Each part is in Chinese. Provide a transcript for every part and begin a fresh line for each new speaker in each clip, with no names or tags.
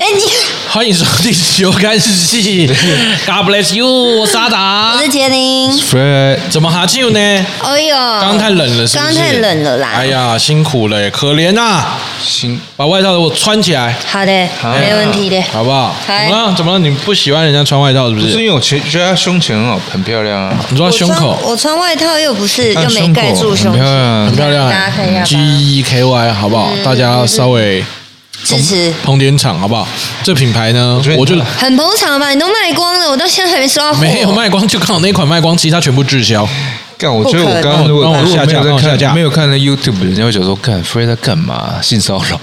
哎，你
欢迎收听《球干日 记》，God bless you，我沙达
我。是杰林。
Fred，怎么哈啾呢？
啊哎呦，
刚刚太冷了是不是，
刚刚太冷了啦。
哎呀，辛苦了耶，可怜啊！
行，
把外套给我穿起来，
好的，没问题的。
好不好？怎
嗨
么了？怎么了？你不喜欢人家穿外套是不
不是
是？
因为我觉觉得他胸前很好，很漂亮啊，
你说
我
他胸口
穿我穿外套又不是又
看
没盖住
很
胸
漂亮
前，
啊
很。漂亮
大家看一下吧
g E K Y 好不好？
嗯
大家稍微
支持
捧点场好不好？这品牌呢
觉，得
我就
很捧场吧？你都卖光了，我到现在还没收到货。
没有卖光，就刚好那一款卖光，其他全部滞 销。
干，我觉得我刚刚如果
不可能
如果没
帮
有
我下架帮我下
在
架
看没有看那 YouTube，人家会想说，干 f r e d 在干嘛？性骚 扰？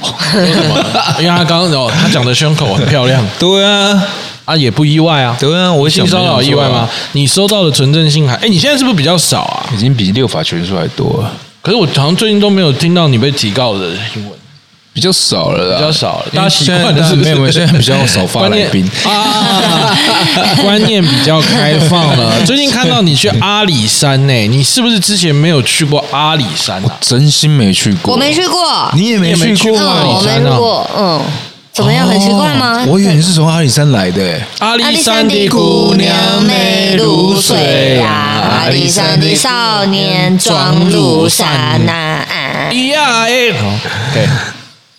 因为他刚刚哦，他讲的胸口很漂亮
对啊，
啊，也不意外啊。
对啊，我
性
想
骚扰
没
意
有说
外
啊
吗？？你收到的纯正性函，哎，你现在是不是比较少啊？
已经比六法全书还多了，
可是我好像最近都没有听到你被提告的新闻，
比较少了啦，
比较少了，
因
大家
为
习
现在
惯了
大
是不
家
是
没有没有，现在比较少发来宾。
观念啊，观念比较开放 了。最近看到你去阿里山呢、你是不是之前没有去过阿里山啊？
真心没去过，
我没去过。
你也没
你也没去
去
过
过
嗯，
阿里
我没
山啊
去过。嗯，怎么样？很奇怪吗
哦？我以为你是从阿里山来的欸，
阿
阿
里
里
山
山
的
的
姑
姑
娘
娘
美
美
如
如
水啊
水
呀、
呀、阿里山的少年壮如山呐、啊。
咿呀哎， 对，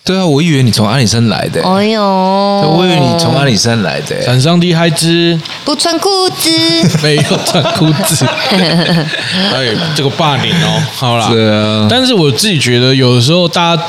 对啊，我以为你从阿里山来的
啊
欸，
哎呦！
我以为你从阿里山来的欸，
山上的孩子
不穿裤子，
没有穿裤 子，哎，这个霸凌哦，好啦，
对啊
但是我自己觉得，有的时候大家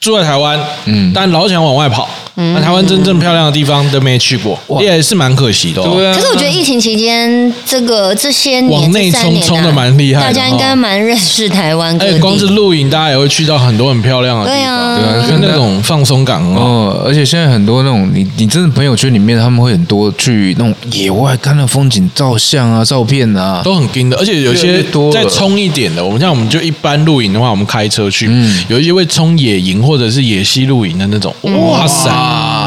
住在台湾，嗯，
嗯
但老想往外跑，
嗯
那台湾真正漂亮的地方都没去过，
哇
也是蛮可惜的、哦。
对啊
可是我觉得疫情期间这个这些年
往内
这三年啊
冲冲得蛮厉害的
大家应该蛮认识台湾各
而
地。
且哎光是露营，大家也会去到很多很漂亮的地
对
方，
啊
对啊
跟那种放松感很好。
哦，而且现在很多那种你你真的朋友圈里面，他们会很多去那种野外看那风景照相啊、照片啊，
都很硬的，而且有
越来
些
越多了
再冲一点的，我们像我们就一般露营的话，我们开车去，
嗯
有一些会冲野营或者是野溪露营的那种，哇塞，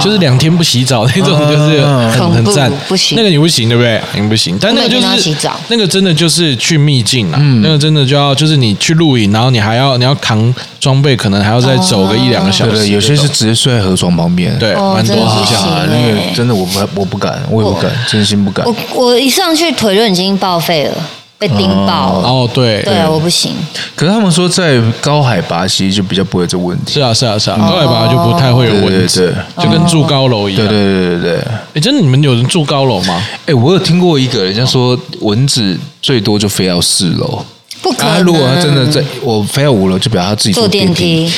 就是两天不洗澡那种，就是
啊
很
恐
很
怖
赞，
不行
那个你不行对不对？你不行，但那个就
我每天都要
是
洗澡
那个真的就是去秘境啊，
嗯
那个真的就要就是你去露营，然后你还要你要扛装备，可能还要再走个一两个小
对
时这种，
了，有些是直接睡在河床旁边，
对，
哦
蛮多
真的
是
哇
这样
不行，
那
欸
个真的我不我不敢，我也不敢，真心不敢。
我我一上去腿就已经报废了，被钉爆了。
哦，对
对啊，我不行。
可是他们说在高海拔其实就比较不会有这问题，
是啊是啊是啊，
哦
高海拔就不太会有蚊子
对对，
就跟住高楼一样
对。对对对对。
哎，真的，你们有人住高楼吗？
哎，我有听过一个人家说蚊子最多就飞到四楼，
不可能。
啊，如果他真的在我飞到五楼，就表示他自己
坐电
电
梯，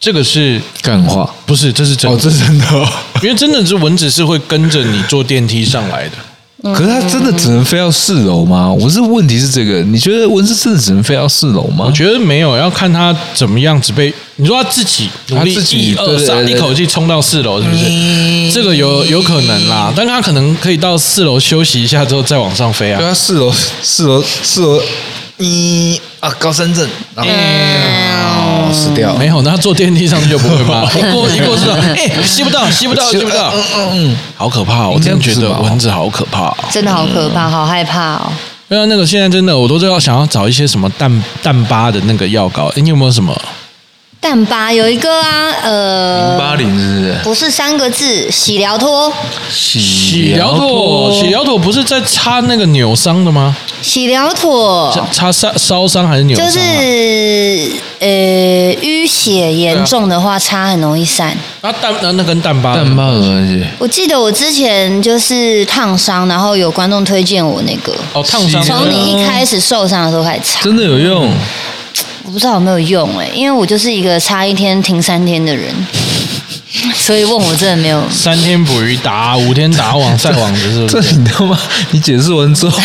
这个是
干话。
不是？这是真
哦，
的，
这是真的哦。
因为真的是蚊子是会跟着你坐电梯上来的。
可是它真的只能飞到四楼吗？我是问题是这个，你觉得蚊子真的只能飞到四楼吗？
我觉得没有，要看他怎么样子被你说他自己努力
他自己
一
对
二
对
三
对
一口气冲到四楼，是不是？这个有有可能啦，但他可能可以到四楼休息一下之后再往上飞啊
对。啊，四楼，四楼，四楼，一啊，高山症，然后、哦、死掉，
没有，那他坐电梯上去就不会 吧？一过一过是吧？哎，吸不到，吸不到，吸不
嗯
到，好可怕哦！我真的觉
应该
得
不是吧
蚊子好可怕哦。
真的好可怕，好害怕哦。
对啊，那个现在真的，我都知道想要找一些什么淡淡疤的那个药膏。哎诶你有没有什么？
蛋吧有一个啊，呃，
零是不是？
不是三个字，洗疗脱，
洗
疗妥，洗疗妥不是在擦那个扭伤的吗？
洗疗妥
是擦烧烧伤还是扭
就
伤、啊？
是呃淤血严重的话，擦很容易散。
啊淡那那跟淡疤
蛋包有什么关系？
我记得我之前就是烫伤，然后有观众推荐我那个，
哦烫伤
洗疗
从
脱
你一开始受伤的时候开始擦，
真的有用？
我不知道有没有用哎、因为我就是一个擦一天停三天的人， 所以问我真的没有。
三天捕鱼打五天打网晒网子 是
这
不是？
你知道吗？你解释完之后，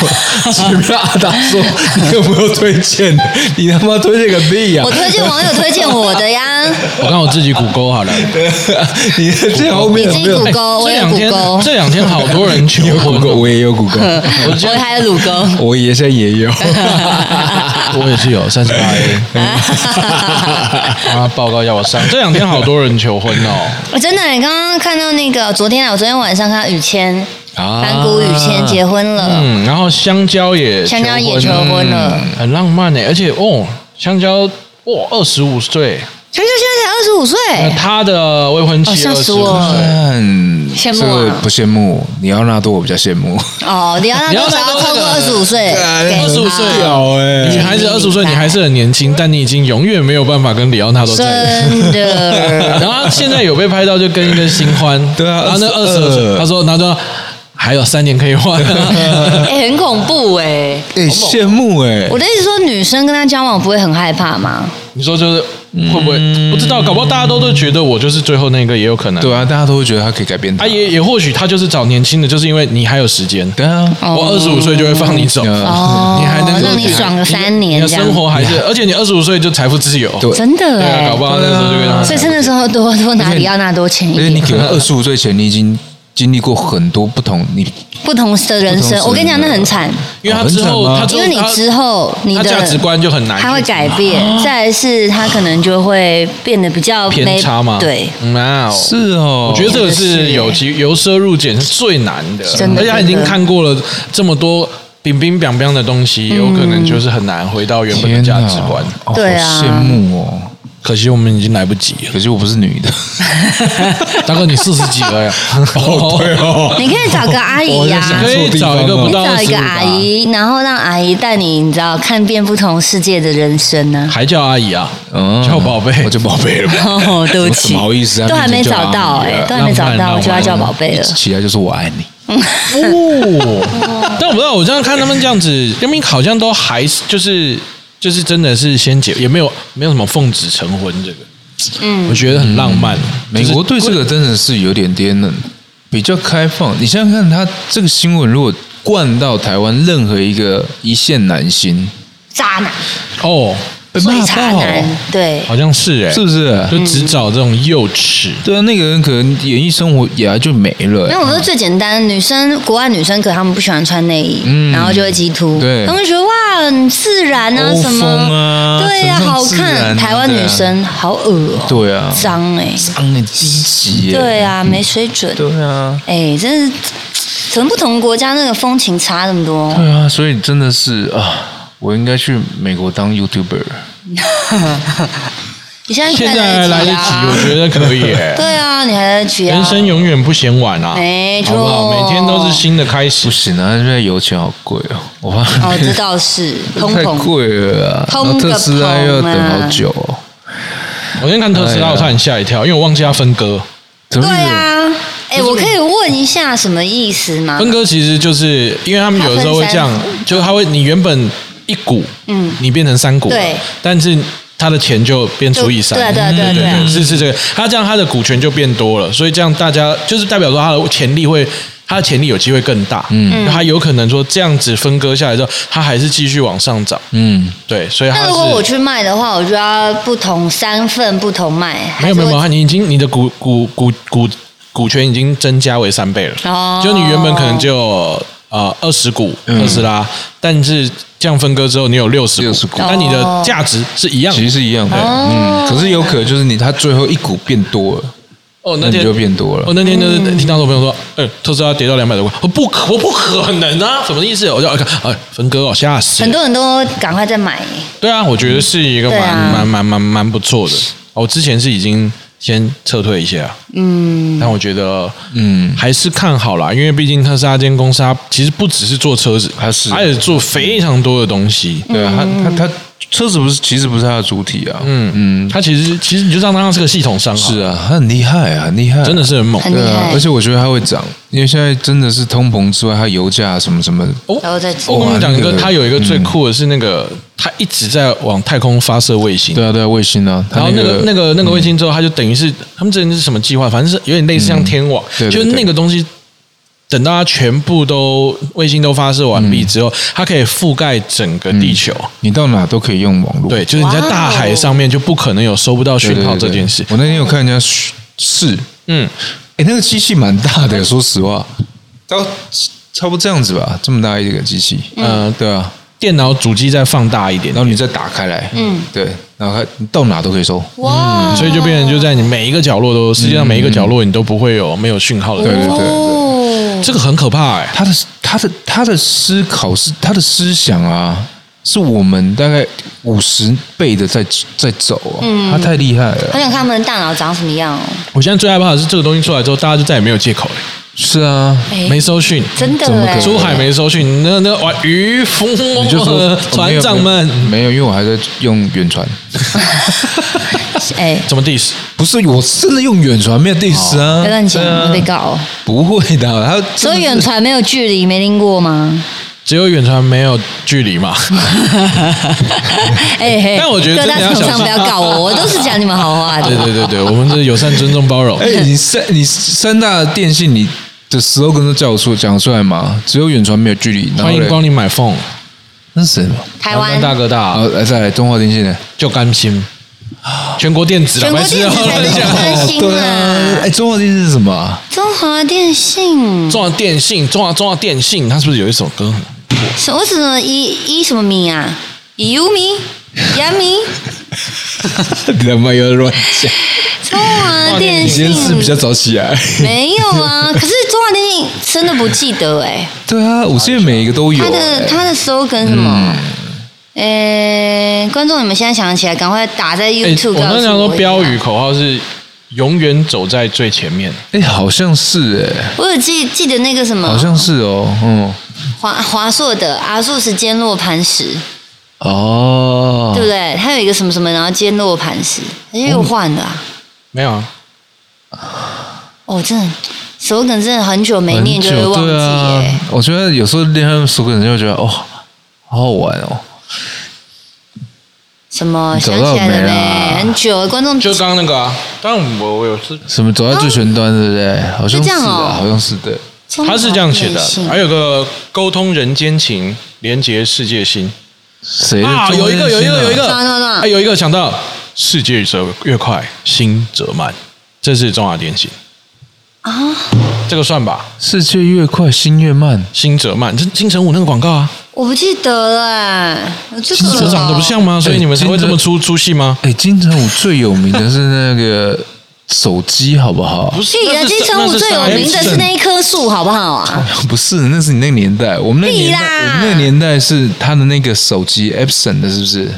前面阿达说你有没有推荐的？你他妈推荐个屁呀、
我推荐网友推荐我的呀，
我看我自己骨沟好了。 哎
你这后面
你
有没有
自己？骨沟
这
我也
两
骨
天
沟
这两天好多人求
你有
婚
骨
哦，
沟，我也有骨沟，
我还有乳沟。
我爷现在也有。
我也是有三十八 A。啊，报告一下我伤。这两天好多人求婚哦。
我真的，你刚刚看到那个，昨天啊，我昨天晚上看到雨谦，
啊
韩国雨谦结婚了，
嗯，然后香蕉也
香蕉也
求
求
婚嗯
婚了，
欸哦很浪漫呢，而且哦，香蕉哇，二十五岁，
陈秀现在才二十五岁，
那他的未婚妻
哎哦吓
二十
死
五
我了
岁，
嗯，
羡慕啊
这个不羡慕，里奥纳多我比较 羡慕。
哦，你要让
你要
多少
拿到
超过
这个
二十五哎岁，
啊
给啊
二十五岁
他
哦，
欸
女孩子二十五岁，你还是很年轻，但你已经永远没有办法跟里奥纳多在一起。
真的，
然后他现在有被拍到，就跟一个新欢，
对啊
然后那二十
22
二岁，他说，他说还有三年可以 换，
哎、很恐怖哎、
哎、羡慕哎、
我的意思说，女生跟他交往不会很害怕吗？
你说就是会不会不知道？搞不好大家都都觉得我就是最后那个，也有可能。
嗯对啊，大家都会觉得他可以改变他
啊，。也也或许他就是找年轻的，就是因为你还有时间，
对啊，
哦
我二十五岁就会放你走，
嗯
哦，
你还能够
让你爽个三
你
年
的
这样
生，活还是，而且你二十五岁就财富自由，
对
真的
对
哎、
啊，搞不好那时候就跟他
所以真的时候多多拿里奥纳多钱一
而哎且你
点，
可能二十五岁前，你已经经历过很多不同，你
不同的人
不同
生，
的
我跟你讲，那很惨，
因为他之后
哦很惨吗
他之
因
后
为你之后你
他
的
啊价值观就很难，
他会改变，再来是他可能就会变得比较
啊偏
没
差嘛，
对，
嗯啊，
是哦，
我觉得这个
是
是有其由奢入俭是最难的，
真的
而且他已经看过了这么多冰冰凉凉的东西，有可
嗯
能就是很难回到原本的
天
价
哪
值观。
哦
对啊
好羡慕哦。
可惜我们已经来不及了，
可是我不是女的，
大哥你四十几了呀？ 哦，对 哦，
你可以找个阿姨
我
呀、
在想
可以找一个不
你
到
找
二
一
十
个阿
的，
姨，然后让阿姨带你，你知道看遍不同世界的人生呢、
还叫阿姨啊？
嗯
叫宝贝，
我就宝贝了吧。
哦，对不起，
怎么好意思啊
都还没找到哎、
毕竟就阿姨啊了
都还没找
浪
到
漫
就要 叫宝贝了。
起来就是我爱你，
哦，但我不知道，我这样看他们这样子，他们好像都还是就是就是真的是先结，也没有没有什么奉子成婚这个，嗯，我觉得很浪漫。
美国对
就是
这个真的是有点颠呢，比较开放。你想想看，他这个新闻如果灌到台湾任何一个一线男星，
渣男，
哦，
被
最
骂
渣
爆，
男，对，
好像是哎、
是不是？
就只找这种幼齿。
嗯
对啊，那个人可能演艺生活也就没了、
没有，我说最简单，女生国外女生可她们不喜欢穿内衣，
嗯
然后就会激凸，
对
她们觉得哇很自然啊
欧
什么，
风啊
对呀、
什么
好
自
看。
然啊
台湾
对啊
女生好恶哦、
对啊，
脏哎、
脏的积极耶，
对啊，没水准，
对啊，
哎、真是，怎么不同国家那个风情差那么多？
对啊，所以真的是啊，我应该去美国当 YouTuber。
你现在
现
看
在还来得及，
啊
我觉得可以、欸。
对啊，你还来得及啊！
人生永远不嫌晚啊，
没错
好不好每天都是新的开
不
始。
行啊，现在油钱好贵哦， 我怕
哦，这倒 是通
太
膨，
贵了啊，然
通
后
个
特斯拉又要
膨啊
等好久、哦，
我先看特斯拉，
哎呀
我差点吓一跳，因为我忘记他分割。
怎
对
么意思？
啊。哎、我可以问一下什么意思吗？
啊分割其实就是因为他们有的时候会这样
它分，
就是他会你原本一股，
嗯
你变成三股，
对，
但是他的钱就变除以三，嗯
对啊对啊对啊
对
对啊
是是这个，他这样他的股权就变多了，所以这样大家就是代表说他的潜力会。他的潜力有机会更大，嗯，他有可能说这样子分割下来之后，他还是继续往上涨，
嗯，
对，所以他
那
是
如果我去卖的话，我就要不同三份不同卖，
没
还
有
是
没有，
我
没有，你已经你的股股股股股权已经增加为三倍了。
哦
就你原本可能就呃二十股
嗯
特斯拉，但是这样分割之后，你有六十
60股
但你
哦
的价值是一样
其
的
实。是一样的，嗯，可是有可能就是你，它最后一股变多了，
哦，
那你就变多了
我。那天就是
嗯
听到我朋友说，呃，特斯拉跌到两百多块，我不可我不可能啊，什么意思？我就看，哎，分割哦，吓死
很！多人都赶快在买，
对啊，我觉得是一个
对啊
蛮蛮蛮蛮蛮不错的。哦我之前是已经先撤退一下，
嗯，
但我觉得，嗯
嗯，
还是看好啦，因为毕竟特斯拉这间公司，它其实不只是做车子，
它是
它也做非常多的东西。
对啊，它
嗯
它它车子不是，其实不是它的主体啊。嗯
嗯，它其实其实你就让它是个系统商，
是，啊，它很厉害啊，很厉害，
真的是很猛。
很厉
对啊
害，
而且我觉得它会涨，因为现在真的是通膨之外，它油价什么什么，
哦
然后再
我跟你讲一
哇
个，
那个嗯
它有一个最酷的是那个，它一直在往太空发射卫星。
对啊对啊，卫星啊，它
然后那个
个
那个那个卫星之后，它就等于是他们之前是什么计划，反正是有点类似像天网，
嗯对对
就是那个东西。等到它全部都卫星都发射完毕之后，它可以覆盖整个地球。
你到哪都可以用网络，
对，就是你在大海上面就不可能有收不到
对，
讯
对
号
对
这件事
对。我那天有看人家试试，
嗯，
哎，那个机器蛮大的，说实话，到差不多这样子吧，这么大一个机器，嗯，对啊，
电脑主机再放大一点
然，后你再打开来，嗯，对，然后它你到哪都可以收，
哇，
嗯所以就变成就在你每一个角落都，世界上每一个角落你都不会有没有讯号的地
对
方。
对对
哦，
这个很可怕哎、
他的他的他的思考是他的思想啊，是我们大概五十倍的在在走啊，
嗯
他太厉害
好
了。
想看他们的大脑长什么样哦。
我现在最害怕的是这个东西出来之后，大家就再也没有借口了，
是啊，
哎
没收讯，
真的
怎么可
哎，
能
珠海没收讯，那那哇，渔夫
你就说
哦
哦
船长们
没有，因为我还在用远传，
哎，
怎么 diss？
不是我真的用远传，没有 diss
哦
啊，
别乱讲
对，
嗯
啊
会被告哦。
不会的，他
所
真的
以
是
远传没有距离，没听过吗？
只有远传没有距离嘛？
哎嘿，
但我觉得
各
真的
大
要
厂
小
商
心
不要搞我，我都是讲你们好话
对
的。
对对对，我们是友善、尊重、包容
哎、。你三你三大电信你的 slogan 都叫出讲出来嘛？只有远传没有距离，然后
欢迎
嘞
光临买凤，
那是谁嘛？
台湾
大哥大
好，来再来中华电信呢？
就甘心，全国电子啦，
全国
白痴
电
啊
子才是最关心
对啊，
啦
哎，。中华电信是什么啊？
中华电信，
中华电信，中华中华电信，它是不是有一首歌？
什么什么一一什么米啊？以优米、雅米、
他妈又乱讲，
中华电
你今
信
天是比较早起来。
没有 啊？可是中华电信真的不记得哎，
对啊，我现在每一个都有、
他的
哎嗯
他的 slogan 什
嗯
么？呃，观众你们现在想起来，赶快打在
哎
YouTube 告
我那时
诉
候
我一下
标语。口号是“永远走在最前面
哎、好像是哎、
我有记记得那个什么，
好像是哦，嗯，
华华硕的阿硕是坚若磐石，
哦，
对不对？它有一个什么什么，然后坚若磐石，而且又换了、啊。”。
没有啊，
哦，真的，手梗真的很久没
很
念就会
久
忘记
对啊
耶。，
我觉得有时候练他们熟人就觉得哦，好好玩哦。
什么
你找
想
到
起来了
没啊
没？很久了，观众
就刚刚那个啊。当然我我有是，
什么走在最前端，对不对？好像
是
是
这样
啊，
哦
好像是对。
他是这样写的，哎
中华
还
电信
有个沟通人间情，连结世界心
谁的
啊，
中
有
文
一个有
信
一个
啊
有一个，
什么什么什么
啊有一个想到世界则越快，心则慢，这是中华电信，
啊，
这个算吧，
世界越快，心越慢。
心则慢，这是金城武那个广告啊，
我不记得了，我这
金
个
城武长得不像吗？所以你们才会这么出出戏吗？
哎，金城武最有名的是那个手机，好不好？
不是
屁，啊啦！
那是
金城武最有名的是那一棵树，好不好啊？
不是，那是你那个年代。我们那个年代，
屁啦
我们那个年代是他的那个手机 Epson 的，是不是？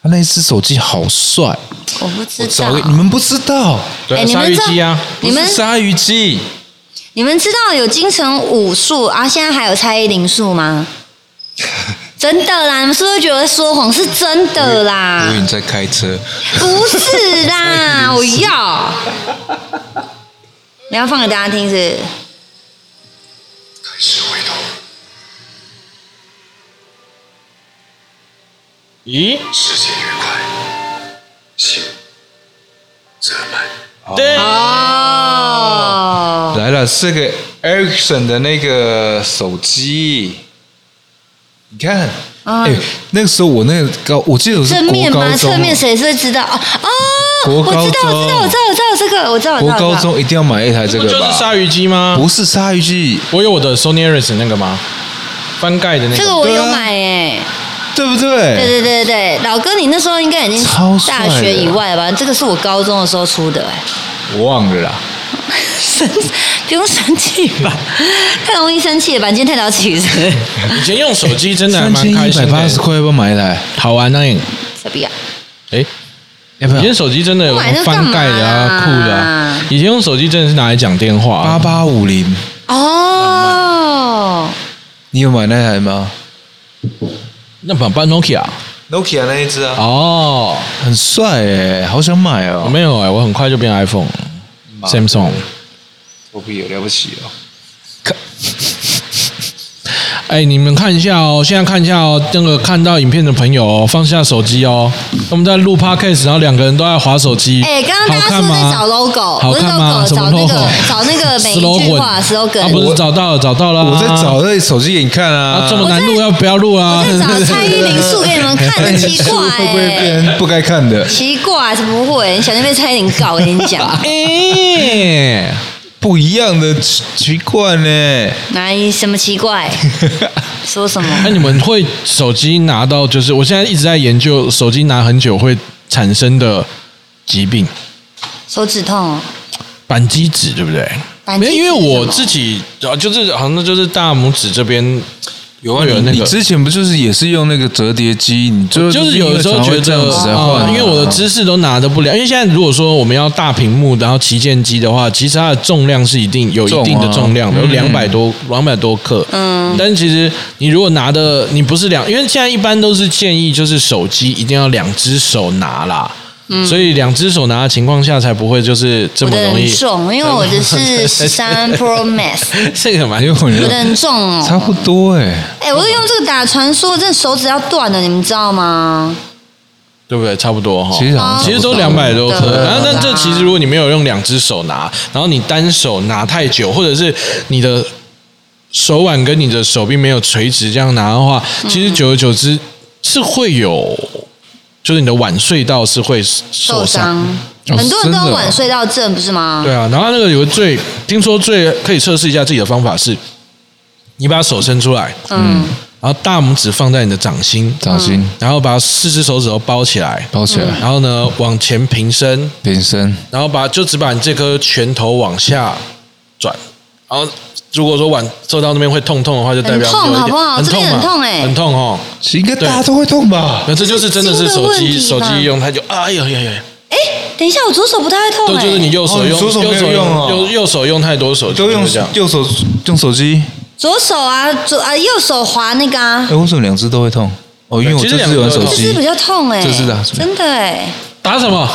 他那只手机好帅，
我不知道
找。个你们不知道，
对
哎，你
鲨
们
鱼
知道
机啊，
你们
不是鲨鱼机
你们知道有金城武术啊？现在还有蔡依林术吗？真的啦，你们是不是觉得说谎是真的啦
我以？为你在开车，
不是 啦，我要。你要放给大家听是？
咦，
世界越快，心则慢。
对，
哦，
来了，是个 Ericsson 的那个手机。你看，哎、
啊
那个时候我那个高，我记得我是
正
国
面
高
吗？
中
侧，面谁是知道？哦哦，
国
我
高中
知道，我知道，我知道，我知道这个，我知道，我知
国
道。
高
我知道
中一定要买一台这
不
个
就是鲨
吧？
鱼啊机吗？
不是鲨鱼机，
我有我的 Sony Ericsson 那个吗？翻盖的那个。
这个我有
对啊
买诶。
对不
对
对？啊
对对对，老哥，你那时候应该已经
超帅
大
的
学以外了吧？这个是我高中的时候出的哎，
我忘了啦。
生 不用生气吧？太容易生气了吧？你今天太早起是不 是？
啊以前用手机真的还
三千
蛮开
一百
心的，
八十块要不要买一台？
好玩那样。
这不要。
哎，
要不
以前
要？
手机真的有
买那干
翻
嘛
盖的啊，酷的啊。以前用手机真的是拿来讲电话
八
啊，
八五零，
哦，
你有买那台吗
那版版 Nokia
？Nokia 啊那一只啊，
哦，
很帅哎、好想买
我
哦。
没有哎，我很快就变 iPhone 了。
妈
Samsung，
我不有了不起哦。
哎，你们看一下哦，现在看一下哦，那个看到影片的朋友哦，放下手机哦。我们在录 podcast，然后两个人都在划手机。
哎，刚刚
好
大家
看
说在
吗
找 logo，
好
不是
看吗？
logo，
什么
找那
logo？
个找那个每一句话 slogan。
啊，不是找到了，找到了啊。
我在找那手机给你看啊。
啊，这么难录要不要录 啊？
我在找蔡依林树给你们看，很奇怪
会不会
哎、
变 成不该看的？
奇怪是不会，你小心被蔡依林告，我跟你讲，
哎， 不一样的奇奇怪呢。
哪里什么奇怪？说什么？
那你们会手机拿到，就是我现在一直在研究手机拿很久会产生的疾病，
手指痛，
扳机指，对不对？
扳
没
机指
有，因为
是什么
我自己啊，就是好像就是大拇指这边
有啊，
会有那
你
个
你之前不就是也是用那个折叠机？你最后
就是有的时候
因为常
觉
会这样
得
子在
啊
换、
因为我的姿势都拿得不了。因为现在如果说我们要大屏幕，然后旗舰机的话，其实它的重量是一定有
啊
一定的重量
嗯
的，有两百多两百多克。嗯，但其实你如果拿的你不是两，因为现在一般都是建议就是手机一定要两只手拿啦。所以两只手拿的情况下才嗯不会就是这
我
么
的
容易
很。重，因为我的是十三 Pro Max，
这个蛮
哎呦我觉
我
得
的很重哦。
差不多哎、
哦
哎、我用这个打传说，这手指要断了，你们知道吗？
对不对？差不多哈。
其实好像
其实都
差不
两
多
百多
啊对
克，然后但这其实如果你没有用两只手拿，然后你单手拿太久，或者是你的手腕跟你的手臂没有垂直这样拿的话，
嗯
其实久而久之是会有，就是你的腕隧道是会受
受
伤
伤。，
哦
很多人都
真
有
的哦
晚睡到症，不是吗？
对啊，然后那个有个最听说最可以测试一下自己的方法是，你把手伸出来，
嗯，
然后大拇指放在你的掌心，
掌心
然后把四只手指头包起来，
包起来，
然后呢往前平伸，
变身
然后把就只把你这颗拳头往下转，然后如果说往射到那边会痛痛的话，就代表
很痛
有一点
好不好
很痛
这边很
嘛
痛欸
很痛哦。
应该大家都会痛吧？
那这就是真的是手机
筋的
手
问题吧
机用它就哎呦呦呦，
等一下，我左手不太会痛、
都
哎，
就是你右手
哦你
用
左手没
右
有
手
用哦
右右手用太多手机
都用
就是这样。嗯
右手用手机，
左手啊，左啊，右手滑那个啊
哎、，为什么两只都会痛？哦，因为我
其实
这
两
次
只
有玩
都
手
会
这
痛
是
机
比，较痛哎、
这是的
真的哎、
打什么？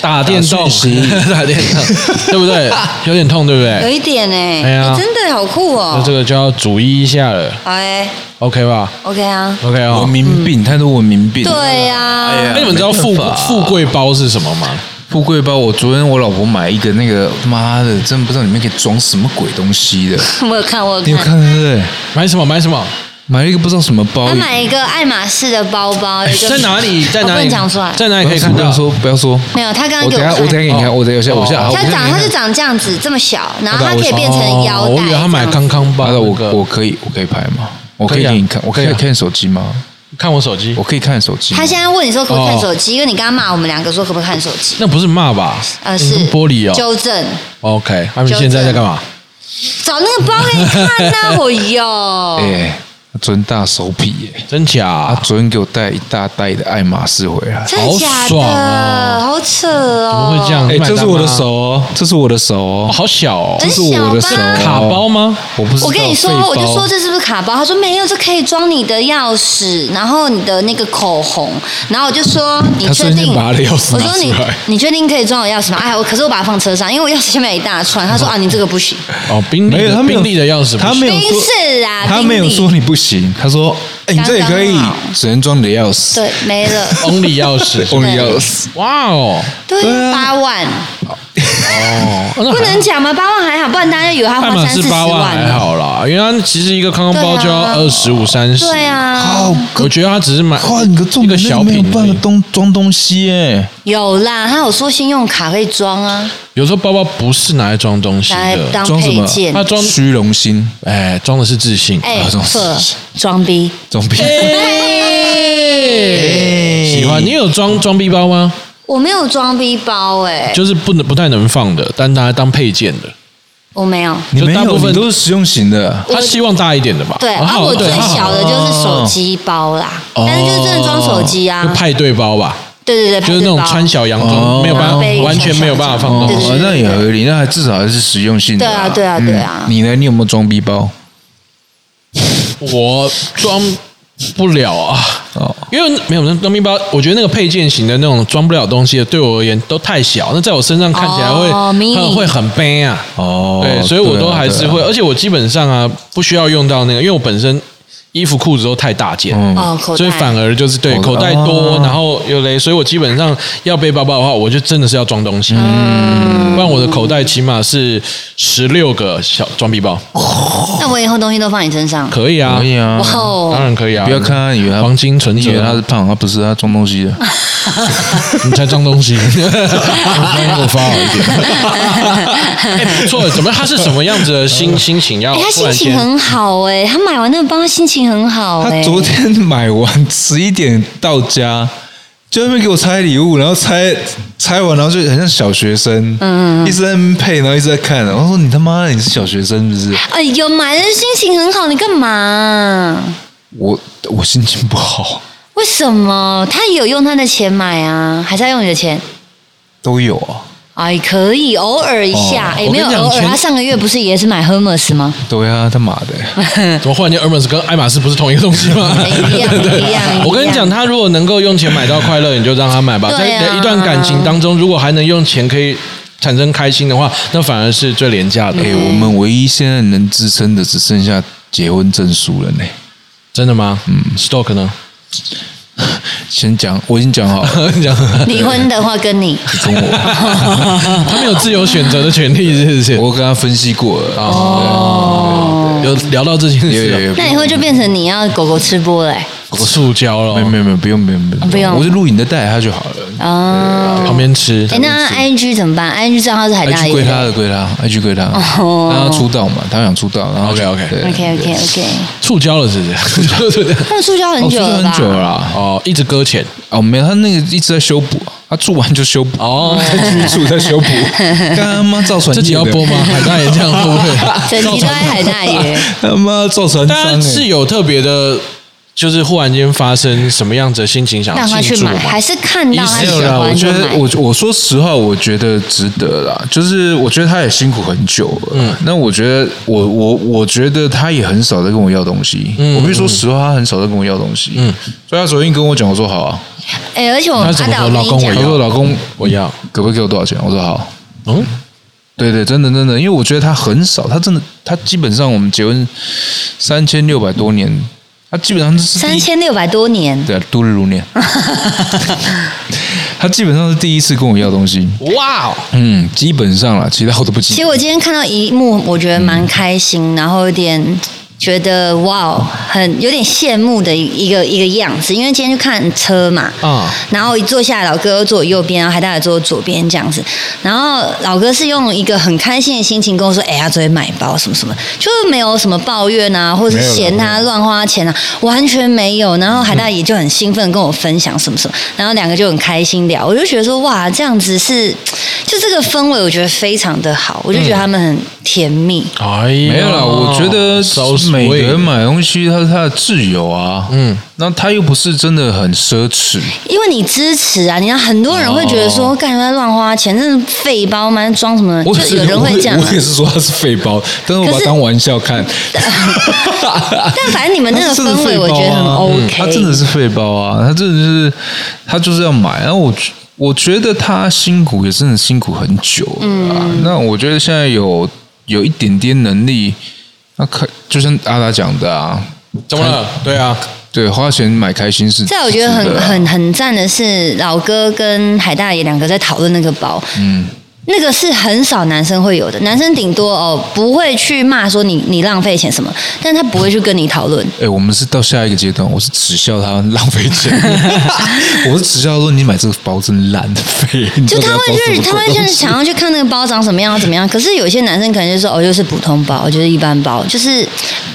打电动
打讯 息，
打电动，对不 对？有点痛，对不
有
对？
一点哎、
哎呀
哎真的好酷哦、
那这个就要注意一下了
好哎、
，OK 吧
o k 啊，
？OK
文
哦。
明病，太多文明病。
对啊呀、
哎呀
那你们知道富
没办法
富贵包是什么吗？
富贵包，我昨天我老婆买一个那个，妈的，真不知道里面可以装什么鬼东西的。
我有看，我
你有
有看。
看对不对？
买什么？买什么？
买了一个不知道什么包
他，买一个爱马仕的包包，呃有一个
哎在 哪里？在哪
我不
里？
能讲出来。
在哪里可以看
不
到
要？说不要说，
没有，他刚刚
我
给
等下
看
我等下给你看，我等一下我下
哦
我
它
等一下
长，
给
它
你
是
看
长这样子，这么小，然后它
好的
啊可以变成腰带。
哦我以为他买
这样
康康包
好
那
的，我
个，
我可以我可以拍吗？我可
可
以
以啊
给你看，我可以
可以啊
看你手机吗？
看我手机
我，可以看手机吗。
他现在问你说可不可以看
哦
手机，因为你刚刚骂我们两个说可不可以看手机，
那不是骂吧？
呃，
你
是
用玻璃哦。
纠正，
OK，他们
纠正
现在在干嘛？
找那个包给你看呐，我 哟，
哎，昨天大手笔耶，
真
他
假？
昨天给我带一大袋的爱马仕回来。
真的假
好
的？
爽哦
好扯哦！
怎么会这样
哎，
麦当
这
劳
是我的手哦，这是我的手
哦
哦，
好小哦，
真
这是我的手哦
小
卡包？吗？
我不知道。
我跟你说
废，包
我就说这是不是卡包？他说没有，这可以装你的钥匙，然后你的那个口红。然后我就说你
他
确
瞬
定？
间把他的钥匙
我
拿
说你
出来
你确定可以装我钥匙吗？哎，我可是我把它放车上，因为我钥匙下面有一大串。他说啊，你这个不行。
哦，宾利
没有，
的
他没有
宾利的钥匙不是，
他没有
冰
说
室啊，
他没有
冰里
说你不行，他说：“哎、你这也可以
刚刚好，
只能装你的钥匙。
对没了，
only 钥匙
Only 钥匙。
哇哦，
对八万
哦，那还
不能讲吗？八万还好，不然大家以为他
爱
花
马
三四
仕
十
八万还
万。
好啦，因为它其实一个康康包就要
对
二
啊
十五三十。
对，啊，
哦，
我觉得他只是买
哇，你个重
一个
点是
小
没有
品而
办法
已。
东装东西哎，
有啦，他有说信用卡可以装啊，
有时候包包不是拿来装东西
拿来
的，
当
装什
配
么
件
他。装
虚荣心，
哎装的是自信。
哎，
啊装
错，装逼。
装逼。
哎
哎喜欢你有装装逼包吗？
我没有装逼包哎、
就是不能不太能放的，但拿来当配件的。
我没有。
你没
就大
有，
部分
你都是实用型的。
他希望大一点的吧？
对，
啊
啊，我最
对哦
小的就是手机包啦，但是就是真的装手机啊
就，派对包吧，
对对对，
就是那种
拍对包
穿小洋
哦
装，没有办
然
法
后背一，个
完全没有办法放
哦
东
对
西。
对对，
那也合理，那还至少还是实用性的、嗯
对啊对啊对啊
你呢？你有没有装逼包？
我装不了啊。
哦，
因为没有那装逼包，我觉得那个配件型的那种装不了东西的，对我而言都太小，那在我身上看起来会、
哦迷你
很会很 b 啊。
哦
对，所以我都还是会，
对啊
而且我基本上啊不需要用到那个，因为我本身衣服裤子都太大件，
嗯
哦口袋，
所以反而就是对
口
口
袋
袋多
哦，
然后有嘞，所以我基本上要背包包的话，我就真的是要装东西，
嗯
不然我的口袋起码是十六个小装逼包，
那我以后东西都放你身上，
可以啊，
可以啊。
哇
当
哦，
然可以啊，
不要看他，以为他
黄金存
你以
折
为他
啊，
是胖，他不是，他装东西的。
哦
你才装东 西，我发好一点。哎，不错，怎么他是什么样子的 心心情要
哎、他
突
心
然
情
间？
很好哎、他欸买完那个包，他心情很好哎、
他昨天买完十一点到家，就在那边给我拆礼物，然后拆拆完，然后就很像小学生，嗯，一直在那边配，然后一直在看，然后说你他妈的你是小学生是不是？
哎呦，买的心情很好，你干嘛、
我我心情不好，
为什么他也有用他的钱买啊？还是要用你的钱？
都有啊，
哎，可以偶尔一下，
哦
哎、
我跟
没有
你讲
偶尔。
前
他上个月不是也是买 Hermes 吗？
对啊，他妈 的，
怎么忽然间 Hermes 跟爱马仕不是同一个东西吗？
一 样哎一样。
我跟你讲，
一样，
他如果能够用钱买到快乐，你就让他买吧。
对啊
在一段感情当中，如果还能用钱可以产生开心的话，那反而是最廉价的。
哎、
嗯
我们唯一现在能支撑的只剩下结婚证书了呢。
真的吗？嗯，Stock 呢？
先讲，我已经讲好了，
你 讲，
离婚的话跟你
跟我
他们有自由选择的权利，是不是？
我跟他分析过了，
哦，
有聊到这件
有有
事
有
啊，
那以后就变成你要狗狗吃播欸嘞、
哦塑胶
没有
了，
没有没有，不用不哦用不用，
不用
我就录影的带他就好了。
哦，
旁边吃
哎、。那 IG 怎么办？IG 账号是海大
IG 归
爷
他的，归他，IG 归他，
哦
让他出道嘛，他想出道，然后就
OK，OK
对
OK OK OK，
触礁了是不是？
他们出交很久
哦
了
出道
吧？
很久了啦，
哦，一直搁浅
哦，没有，他那个一直在修补，啊他住完就修补，
哦。
再继续住再修 补，干他妈造船
这集
业
要
的
播吗？海大爷这样会不 会？
整集都在海大
哦
爷，
他妈造船商
大家
欸
是有特别的，就是忽然间发生什么样子的心情想
让他
要庆
去
祝
买，
吗
还？是看到他
没
喜
有啦，我
欢
觉
就
得
买？
我我说实话，我觉得值得啦。就是我觉得他也辛苦很久了，嗯，那我觉得我我我觉得他也很少在跟我要东西。
嗯
我必须说实话，他很少在跟我要东西。嗯，所以他昨天跟我讲，我说好啊，
哎、而且我
哦他
阿
怎么
导
说
跟你
老公我
讲哦
要
他，说老公，
我要，
可不可以给我多少钱？我说好。
嗯，
对对，真的真的，因为我觉得他很少，他真的他基本上我们结婚三千六百多年，他基本上是第一
三千六百多年，
对啊，度日如年。他基本上是第一次跟我要东西。
哇哦，
嗯，基本上啦，其他我都不记
其
得。
实我今天看到一幕，我觉得蛮开心，然后有点觉得哇，很有点羡慕的一个一个样子。因为今天去看车嘛，
啊
然后一坐下来，老哥坐我右边，然后海大爷坐我左边这样子。然后老哥是用一个很开心的心情跟我说：“哎、呀，他昨天买包什么什么，就是没有什么抱怨啊，或者是嫌他乱花钱啊，完全没有。”然后海大爷就很兴奋地跟我分享什么什么，然后两个就很开心聊。我就觉得说：“哇，这样子是，就这个氛围，我觉得非常的好。我就觉得他们很甜蜜。
哎呀，
没有啦，我觉得
so
每个人
sweet
买东西，他是他的自由啊。嗯，那他又不是真的很奢侈，
因为你支持啊，你看很多人会觉得说，感觉在乱花钱，真是废包吗？装什么？就
我也
是
是
有人会这样、啊
我也。我也是说他是废包，但是我把
可
它
是
当玩笑看。
但反正你们那个
他真的
氛围，
废包
我觉得很
啊
OK。
他真的是废包啊，他真的是他就是要买。然后我我觉得他辛苦也真的辛苦很久了、啊。
嗯
那我觉得现在有有一点点能力，那可就像阿达讲的啊，
怎么了？对啊，
对，花钱买开心是。
再我觉得
是
很
的啊
很很赞的是，老哥跟海大爷两个在讨论那个包，嗯，那个是很少男生会有的，男生顶多哦不会去骂说你你浪费钱什么，但他不会去跟你讨论。
哎、我们是到下一个阶段，我是耻笑他浪费 钱，我是耻笑说你买这个包真烂废，你
就
到底
他
要
会
包什
去，
么
他会
鬼
就
东
是
西
想要去看那个包长什么样，怎么样。可是有些男生可能就说，哦，就是普通包，就是一般包。就是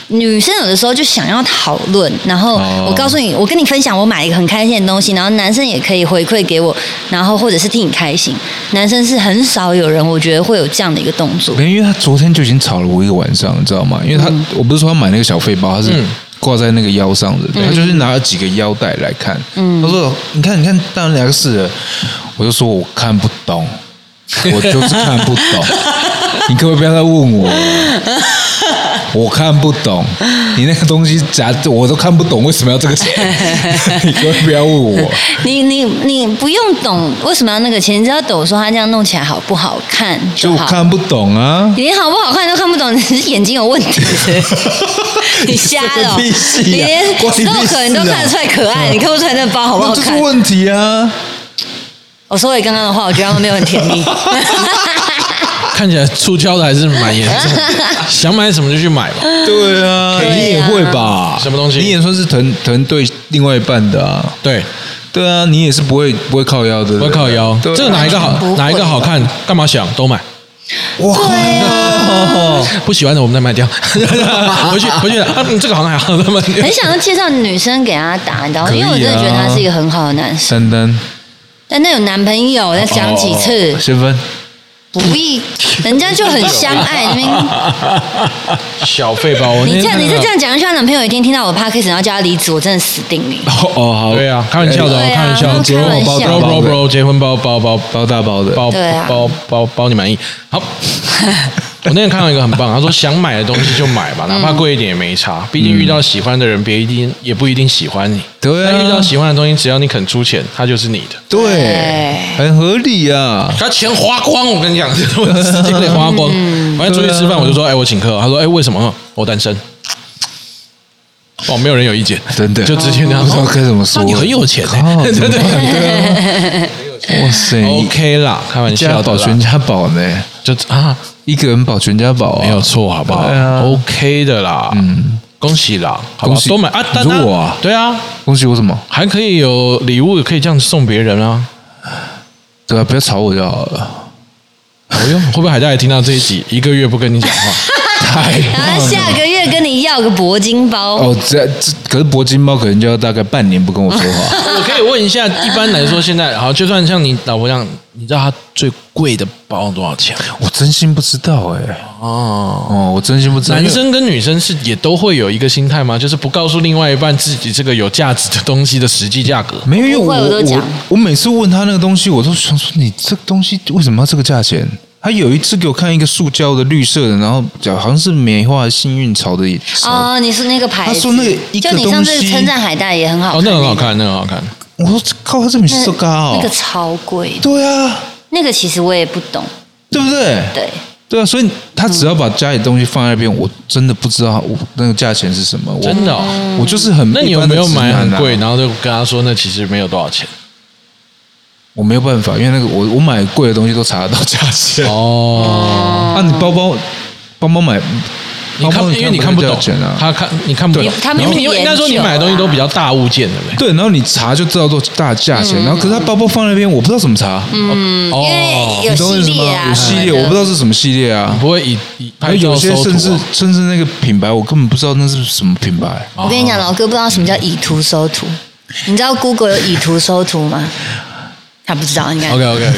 女生有的时候就想要讨论，然后
哦
我告诉你，我跟你分享我买一个很开心的东西，然后男生也可以回馈给我，然后或者是替你开心。男生是很少有人，我觉得会有这样的一个动作。
没有，因为他昨天就已经吵了我一个晚上，你知道吗？因为
嗯
他、我不是说他买那个小费包，他是挂在那个腰上的，
嗯
他就是拿了几个腰带来看。他说：“你看，你看，当然两个是了。”我就说：“我看不懂，我就是看不 懂。你可不可以不要再问我了？我看不懂，你那个东西夹我都看不懂，为什么要这个钱？ 你可不可以不要问我？
你你你不用懂为什么要那个钱，你只要懂说他这样弄起来好不好看
就
就
我
好。
看不懂啊。”
你连好不好看都看不懂，你是眼睛有问题， 你瞎了哦、
你是个屁
你
呀
连
关你屁事啊嗯
Stock 你都看得出来可爱，你看不出来那包好不
那
好
就是
看？
问 题啊！
我说回刚刚的话，我觉得他们没有很甜 蜜。
看起来触礁的还是蛮严 重的，想买什么就去买吧。
对啊，
对啊
你也会吧？
什么东西
你也算是团团队另外一半的啊。
对，
对啊，你也是不会不会靠腰的，
不要靠腰，
对啊
这个哪一个好
不会
哪一个好看，干嘛想都买。
哇
对啊，
不喜欢的我们再 卖掉，回去回去，啊嗯，这个好像还好，那么
很想要介绍女生给他打，你知道吗？
可以
因
啊
为我真的觉得他是一个很好的男生，
丹丹
但那有男朋友，再讲几次
哦先分，
不 易，人家就很相爱。那边
小费包，我
你这样，你再这
啊
样讲下去，她男朋友一天听到我 podcast，然后叫他离职，我真的死定 你。
哦哦好，
对啊，开玩笑的哦，
对啊
开玩笑的，
结婚包
包
大包的
bro bro bro，结婚包包包包大包的，包
对啊
包包包你满意。 好，我那天看到一个很棒，啊他说想买的东西就买吧，
嗯
哪怕贵一点也没差，毕竟遇到喜欢的人，别一定也不一定喜欢你。
对啊
但遇到喜欢的东西，只要你肯出钱，它就是你的。
对
对，
很合理啊。
他钱花光，我跟你讲，这个时间得花光。反正出去吃饭，我就说，哎，我请客。他说，哎，为什么？我单身。哦，没有人有意见，
真的哦
就直接这样
不知
说
道。该怎么说
那你很有钱欸
靠
真的
怎么办对啊哇塞
OK 啦，开玩笑
家
的啦
保全家保呢，
就啊，
一个人保全家保啊
没有错，好不好、哦
对啊
o k 的啦，嗯，恭喜啦，好不好
恭喜
多买啊，但
你说
他
我啊
对啊，
恭喜我什么？
还可以有礼物，可以这样送别人啊。
对啊，不要吵我就好了。
哎呦，会不会海带也听到这一集，一个月不跟你讲话？
太
然后下个月跟你要个铂金包，
哦，这这可是铂金猫可能就要大概半年不跟我说 话。
我可以问一下，一般来说现在好，就算像你老婆这样，你知道她最贵的包多少钱？
我真心不知道哎，
哦。
哦，我真心不知道。
男生跟女生是也都会有一个心态吗？就是不告诉另外一半自己这个有价值的东西的实际价格。
没有，因为
不
我
会我都讲
我我每次问他那个东西，我都想说你这个东西为什么要这个价钱？他有一次给我看一个塑胶的绿色的，然后讲好像是棉花幸运草的草，
哦，你是那个牌
他
子，
说那个一个
就你上次
东西
称赞海带也很好
哦
看，，
那个很好看，那个很好看。
我说靠，他这么
那
塑胶、哦
那个超贵，
对啊，
那个其实我也不懂，
对不对？
对。
对啊，所以他只要把家里东西放在那边，我真的不知道我那个价钱是什么，我
真的哦
我就是很
那你
一
有
般的
没有
直
买
男
很
啊
贵，然后就跟他说那其实没有多少钱？
我没有办法，因为那个我我买贵的东西都查得到价钱。
哦，
啊，你包包包包买，
你看
包包，
因为你看不
不到
懂
价钱啊，，
他看你看不懂
对，他没
因为
去
你应
研
该说你
究
买的东西都比较大物件的呗。
对，然后你查就知道多大价
嗯
钱，然后可是他包包放那边，我不知道怎么查，
嗯，因为有
哦你懂我意
系
思
列
吗？
啊，
有系列，
什么的
我不知道是什么系列啊，
不会以以
还
拍
有
照
有些
收
甚
图
至
啊
甚至那个品牌，我根本不知道那是什么品牌。
我跟你讲，老哥不知道什么叫以图搜图，你知道 Google 有以图搜图吗？他不知道，应该。
OK OK，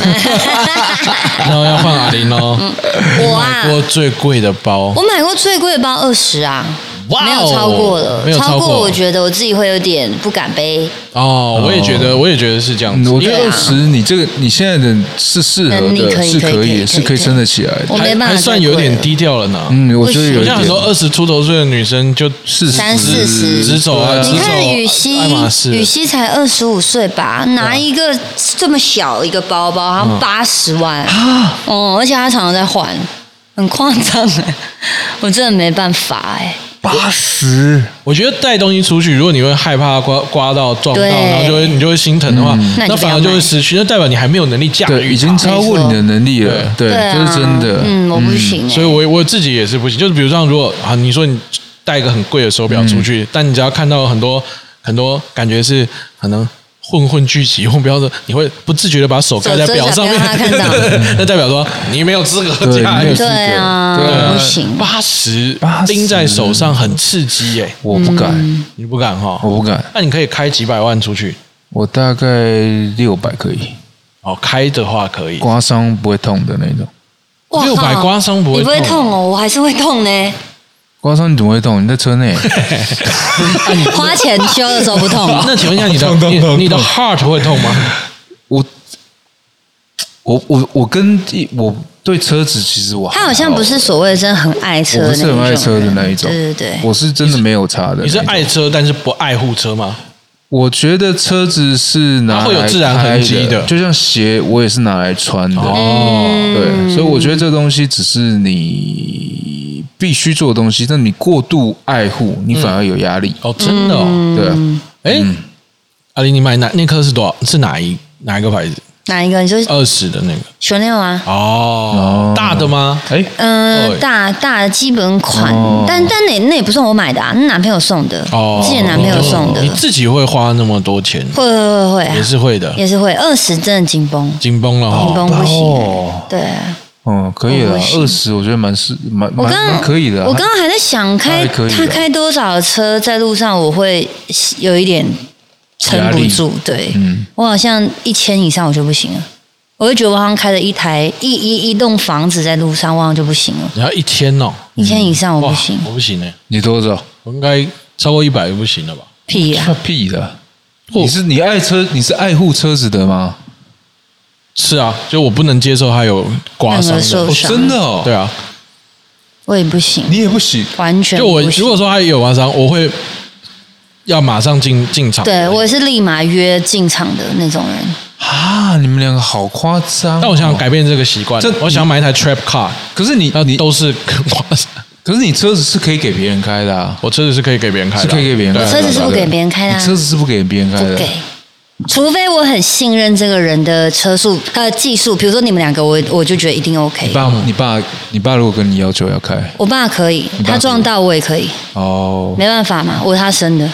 那要换阿玲喽。
我啊
买，过最贵的包
我买过最贵的包二十啊，
哇哦
没有超过了，
没有超过
过，我觉得我自己会有点不敢背。
哦，我也觉得，我也觉得是这样
嗯
子，
我
因
觉
为
得二十，你这个你现在的是适合
啊能力
的，
可以
是
可以可以
以，
可以
是可以撑得起来的
我。没
还
办法
还算有点低调了呢。
嗯，我觉得有
我
一
像很
点
多二十出头岁的女生就
四
三四
嗯
十
直走啊，
你
直
看
走
雨熙
爱马，仕，
雨熙才二十五岁吧，
啊
拿一个这么小一个包包，好
嗯
像八十万，
啊
哦，而且她常常在换，很夸张哎， 我真的没办法哎，
八十，
我觉得带东西出去，如果你会害怕刮刮到撞到，
对
然后就会你就会心疼的话，
那你就不要
反而就会
买
失去，那代表你还没有能力驾驭它。
嗯对，已经超过你的能力了，对，
啊
这是真的。
嗯，我不行哎，
所以我我自己也是不行，就是比如像如果啊，你说你带一个很贵的手表
嗯
出去，但你只要看到很多很多感觉是可能。混混聚集，用标的，你会不自觉的把手盖在
手遮
表
一下
上面
不要让他看，到
对 对那代表说你没有资格
对
驾
你没
驭呃
嗯有。资格
对啊，
对啊
我不行，
八十
80
拎在手上很刺激耶、
我不
嗯
敢，
你不敢哈？
我不敢，
那你可以开几百万出去
我大概六百可以，
哦，开的话可以。
刮伤不会痛的那种。
哇
六百
靠
刮伤不会
你不会
痛
痛哦，我还是会痛呢。
刮伤你怎么会痛？你在车 内。啊
花钱修的时候不痛，哦
那请问一下，你的
痛痛
你
痛
你的 heart 会痛吗？
我我我我跟我对车子其实我还
他好像不是所谓的真的很爱车
我
的
不
那一
是
种，
很爱车的那一种，
对对对，
我是真的没有差的。
你是爱？车，但是不爱护车吗？
我觉得车子是拿来
它会有自然痕迹
开
的
的，就像鞋我也是拿来穿的。
哦，
嗯
对，所以我觉得这东西只是你必须做的东西，但你过度爱护，你反而有压力。
哦，真的
嗯
哦。
对啊，
哎，阿林，你买哪那颗是多少？是哪一哪一个牌子？
哪一个？你说
二十的那个
Chanel 啊？
哦
哦，
大的吗？
哎，
哦
嗯，大大的基本款，
哦
但但那那也不算我买的啊，那男朋友送的，
哦，
自己的男朋友送的
哦
你，自己会花那么多钱，
会会会会啊
也，是会的，
也是会，二十真的紧绷，
紧绷了
紧
哈。
绷不行
哦
欸，对啊，
嗯，可以
我
了
不，行
二十我觉得蛮是蛮
我
蛮
刚刚
蛮可以的啊。
我刚刚还在想开
还可以啊
他开多少车在路上，我会有一点撑不住。对，
嗯
我好像一千以上我就不行了，我会觉得我好像开了一台一一一栋房子在路上，我好像就不行了。
你要一千哦，
一千以上我
哇
不行，
我不行呢，
你多少？
我应该超过一百就不行了吧？
屁啊呀、
那屁的！
我
你是你爱车，你是爱护车子的吗？
是啊，就我不能接受他有刮伤
任何受
的
不
哦，
伤，
真的哦，
对，啊，
我也不行，
你也不行，
完全
就我
不行
如果说他有刮伤，我会要马上进进场。
对我也是立马约进场的那种人，
啊！你们两个好夸张、哦
但我想改，变这个习惯
这，
我想买一台 trap car，
可是你
那
你
都是刮伤。
可是你车子是可以给别人开的、啊，
我车子是可以给别人开的
是
啊，
可以给别人开
对啊
的啊。
车子是不给别人开的啊
你车子是不给别人开
不
的。
给。除非我很信任这个人的车速、他的技术，比如说你们两个我，我就觉得一定 OK。
你爸，你爸，你爸如果跟你要求要开，
我爸可以
你，爸
他撞到我也可以，
哦，
没办法嘛，我是他生 的，
啊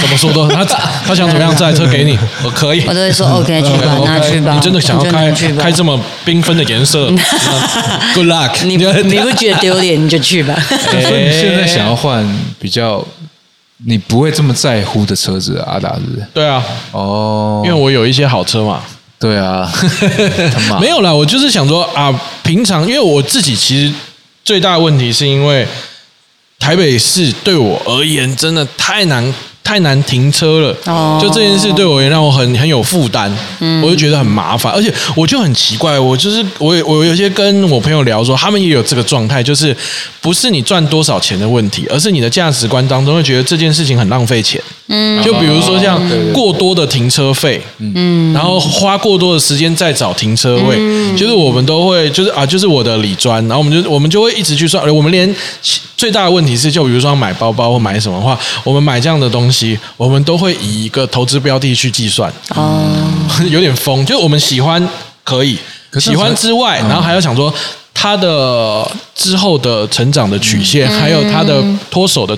怎么说都他他想怎么样，这台车给你，我可以。啊
我都会说 OK 去吧，拿去吧。
你真的想要开
你就拿去吧
开这么缤纷的颜色那？Good luck！
你不 你不觉得丢脸你就去吧。
所以你现在想要换比较你不会这么在乎的车子啊，阿达是不是？
对啊，
哦，
因为我有一些好车嘛。
对啊，他 妈
没有啦，我就是想说啊，平常因为我自己其实最大的问题是因为台北市对我而言真的太难太难停车了，
哦
就这件事对我也让我很很有负担，
嗯
我就觉得很麻烦，而且我就很奇怪，我就是我有我有些跟我朋友聊说，他们也有这个状态，就是不是你赚多少钱的问题，而是你的价值观当中会觉得这件事情很浪费钱，嗯，就比如说像
哦对对对
过多的停车费，嗯，然后花过多的时间在找停车位，
嗯
就是我们都会就是啊，就是我的理专，然后我们就我们就会一直去算，呃我们连最大的问题是，就比如说买包包或买什么的话，我们买这样的东西，我们都会以一个投资标的去计算，
哦，
有点疯，就是我们喜欢可以
可是
喜欢之外，
嗯
然后还要想说它的之后的成长的曲线，
嗯
还有它的脱手的。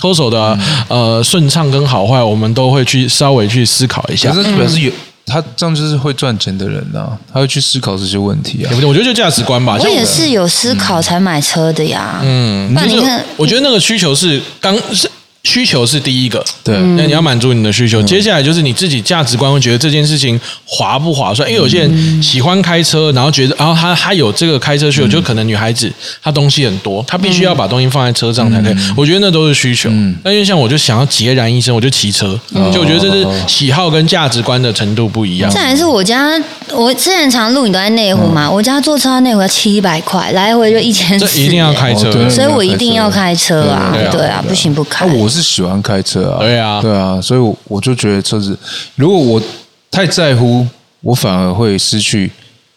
脱手的、
嗯
呃顺畅跟好坏，我们都会去稍微去思考一下
可。是表示有他这样就是会赚钱的人啊，他会去思考这些问题啊
对。不对？我觉得 就价值观吧。
我
像
也是有思考才买车的呀。
嗯，
不然
就
你
是
看
我觉得那个需求是刚是需求是第一个，
对嗯
那你要满足你的需求，接下来就是你自己价值观会觉得这件事情划不划算，因为有些
嗯
人喜欢开车，然后觉得，然后他他有这个开车需求，就可能女孩子她东西很多，她必须
嗯
要把东西放在车上才可以，我觉得那都是需求。那因为像我就想要孑然一身，我就骑车，
哦
就我觉得这是喜好跟价值观的程度不一样
嗯
再。来是我家，我之前常录你都在内湖嘛，我家坐车到内湖要七百块，来回就一千
嗯这
四，
一定要开车
哦对
所以我一定要开车啊
对啊！
对啊，不行不开
啊，。我是喜欢开车啊，
对啊
对啊，所以我我就觉得车子，如果我太在乎，我反而会失去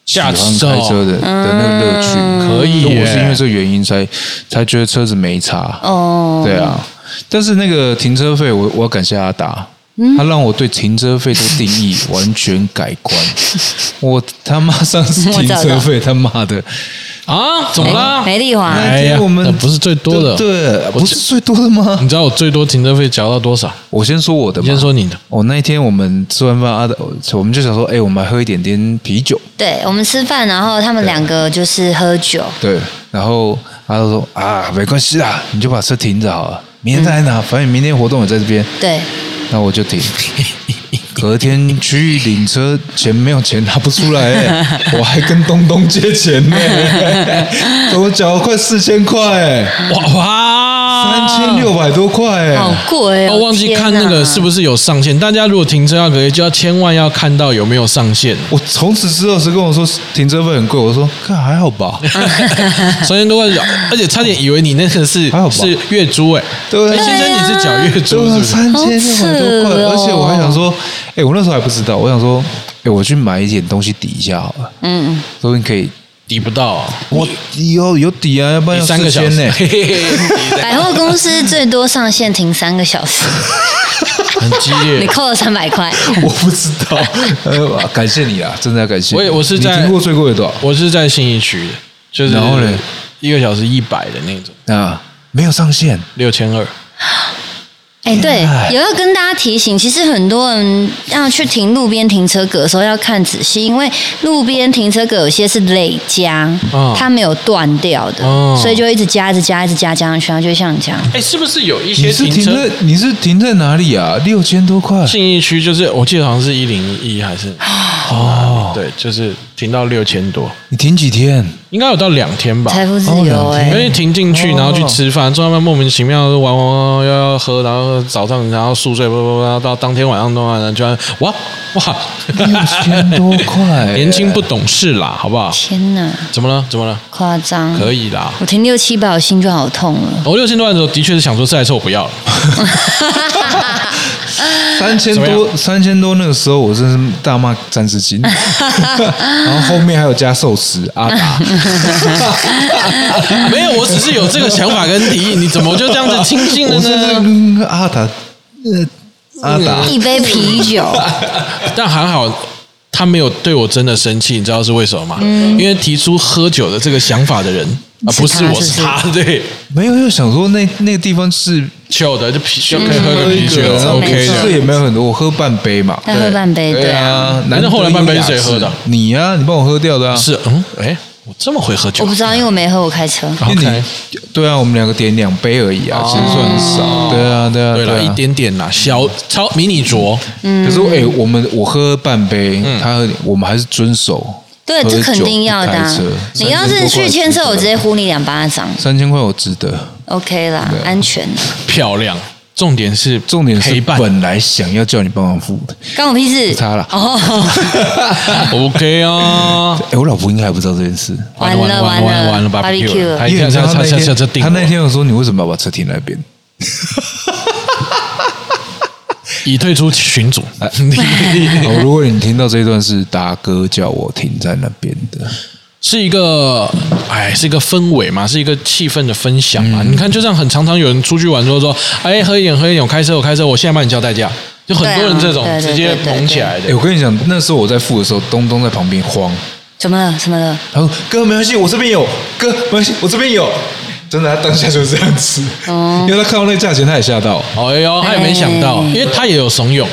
喜欢开车的的那个
嗯
乐趣。
可以耶
我是因为这个原因才才觉得车子没差。
哦，
对啊，但是那个停车费，我我要感谢阿达，
嗯
他让我对停车费的定义完全改 观。我他妈上次
我
停
知道
车费他妈的，
啊，怎么啦？
梅丽华，
哎呀
那天我
那
们
不是最多的
对，
我
不是最多的吗？
你知道我最多停车费缴到多少？
我先说我的，
你先。说你的。
我哦那一天我们吃完饭，阿达，我们就想说，哎，我们来喝一点点啤酒，
对我们吃饭，然后他们两个就是喝酒，
对，然后阿达说啊，没关系啦，你就把车停着好了，明天再来拿，反正明天活动也在这边。
对，
那我就停。隔天去领车，钱没有钱拿不出来、欸，我还跟东东借钱呢、我缴了快四千块、欸，
哇哇，
三千六百多块、欸，
好贵哦！
我忘记看那个是不
是
是有上限。大家如果停车要隔夜，就要千万要看到有没有上限。
我从此之后，谁跟我说停车费很贵？我说看还好吧，
三千多块，而且差点以为你那个是
还好吧
是月租哎、
对啊
哎先生你是 缴月租
对啊，
是不是？
三千六百多
好扯哦
块，而且我还想说，哎、我那时候还不知道，我想说，哎、我去买一点东西抵一下好了，
嗯，
说不定可以。
抵不到、哦，
我有有抵啊，要不然
抵
要
三个小时
4000呢、
嘿嘿嘿
百货公司最多上限停三个小时，
很激
你
烈。
扣了三百块，
我不知 道，呃，感谢你啊，真的要感谢你。
我也我是在
你听过最贵的多
我是在信义区的，就是
然后嘞
一个小时一百的那种，
少啊？没有上限，
六千二。
哎、对，也要跟大家提醒，其实很多人要去停路边停车格的时候要看仔细，因为路边停车格有些是累加，
哦
它没有断掉的，
哦
所以就一直加、一直加、一直加加上去，它就会像你这样。
哎、是不是有一
你
些
是
停
停
车
在你是停在哪里啊？六千多块，
信义区就是我记得好像是一零一还是哦，对，就是停到六千多，
你停几天？
应该有到两天吧。
财富自由
哦
哎、
因为停进去，
哦
然后去吃饭，坐在那边莫名其妙地玩玩玩玩，要要喝，然后早上然后宿醉，不不不，到当天晚上弄完了，居然哇哇，
六千多块，
年轻不懂事啦，好不好？
天哪，
怎么了？怎么了？
夸张！
可以啦。
我停六七百，我心就好痛了。
我六千多万的时候，的确是想说这台车我不 要了，
三千
怎么
多，三千多那个时候我真是大骂三 十斤，然后后面还有加寿司阿达，
没有，我只是有这个想法跟提议，你怎么就这样子轻信了
我真
呢？
是跟阿达，呃，阿达
一杯啤酒，
但还好。他没有对我真的生气，你知道是为什么吗？
嗯
因为提出喝酒的这个想法的人啊，
是
不是
他
我，
是
是他，对，
没有，又想说那那个地方是
酒的就啤就可以喝个啤酒
对然后
，OK
嗯没错
的
这。也没有很多，我喝半杯嘛，
再喝半杯，对啊。
啊，
那
难得
后来半杯
有雅
是谁喝的
致？你呀，你帮我喝掉的啊，
是，嗯，哎，我这么会喝酒啊
我不，知道，因为我没喝，我开车。
因为
OK 哦
你对啊，我们两个点两杯而已啊，其实算很少，对啊，对啊，
对了，
啊
一点点
嗯
啦，小超迷你酌，
可是哎、我们我喝半杯，
嗯
他喝我们还是遵守。
对，
喝
这
酒
肯定要的啊、
不开车
你要是去牵车，我直接呼你两巴掌。
三千块我值得。
OK 啦，
对啊
安全。
漂亮。重点是
重点
陪
是
伴
本来想要叫你帮忙付的，
关我屁事。
不差啦
哦，
，OK 啊。
哎、我老婆应该还不知道这件事。
完了
完
完了
了完了
barbecue 了
他
因
一
为
下
你
下
知道他
下下
那
下
天
这定
他
我，
那天我说你为什么要把车停那边？
已退出群 组。
哦，如果你听到这一段是达哥叫我停在那边的，
是一个，哎，是一个氛围嘛，是一个气氛的分享嘛。
嗯
你看，就像很常常有人出去玩说说，哎，喝一点，喝一点，我开车，我开车，我现在帮你叫代驾，就很多人这种
对啊对对
直接
对对
捧起来
哎、
的。
我跟你讲，那时候我在付的时候，东东在旁边慌，
怎么了？怎么了？
他说哥没关系，我这边有，哥没关系，我这边有。真的，他当下就是这样子，
哦
因为他看到那价钱，他也吓到。
哎呦，他也没想到，
哎
因为他也有怂恿，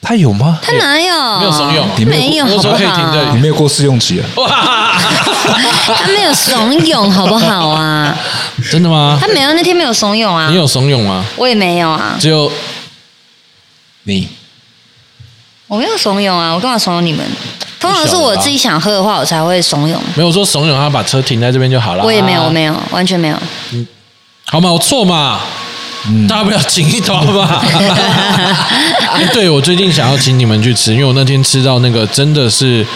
他有吗？
他哪有？
没有怂恿
他没有，
你没有
好不
我说可以停这
你
好
里？
没有过试用期啊？
哇，
他没有怂恿，好不好 啊？
真的吗
他？没有那天没有怂恿啊
你，有怂恿吗？
我也没有啊，
只有
你
我没有怂恿啊，我干嘛怂恿你们？通常是我自己想喝的话，我才会怂恿。
没有说怂恿他把车停在这边就好了。
我也没有，我
有，
没有，完全没有。
好嘛，我错嘛，
嗯
大家不要紧一头 嘛。哎对，我最近想要请你们去吃，因为我那天吃到那个真的是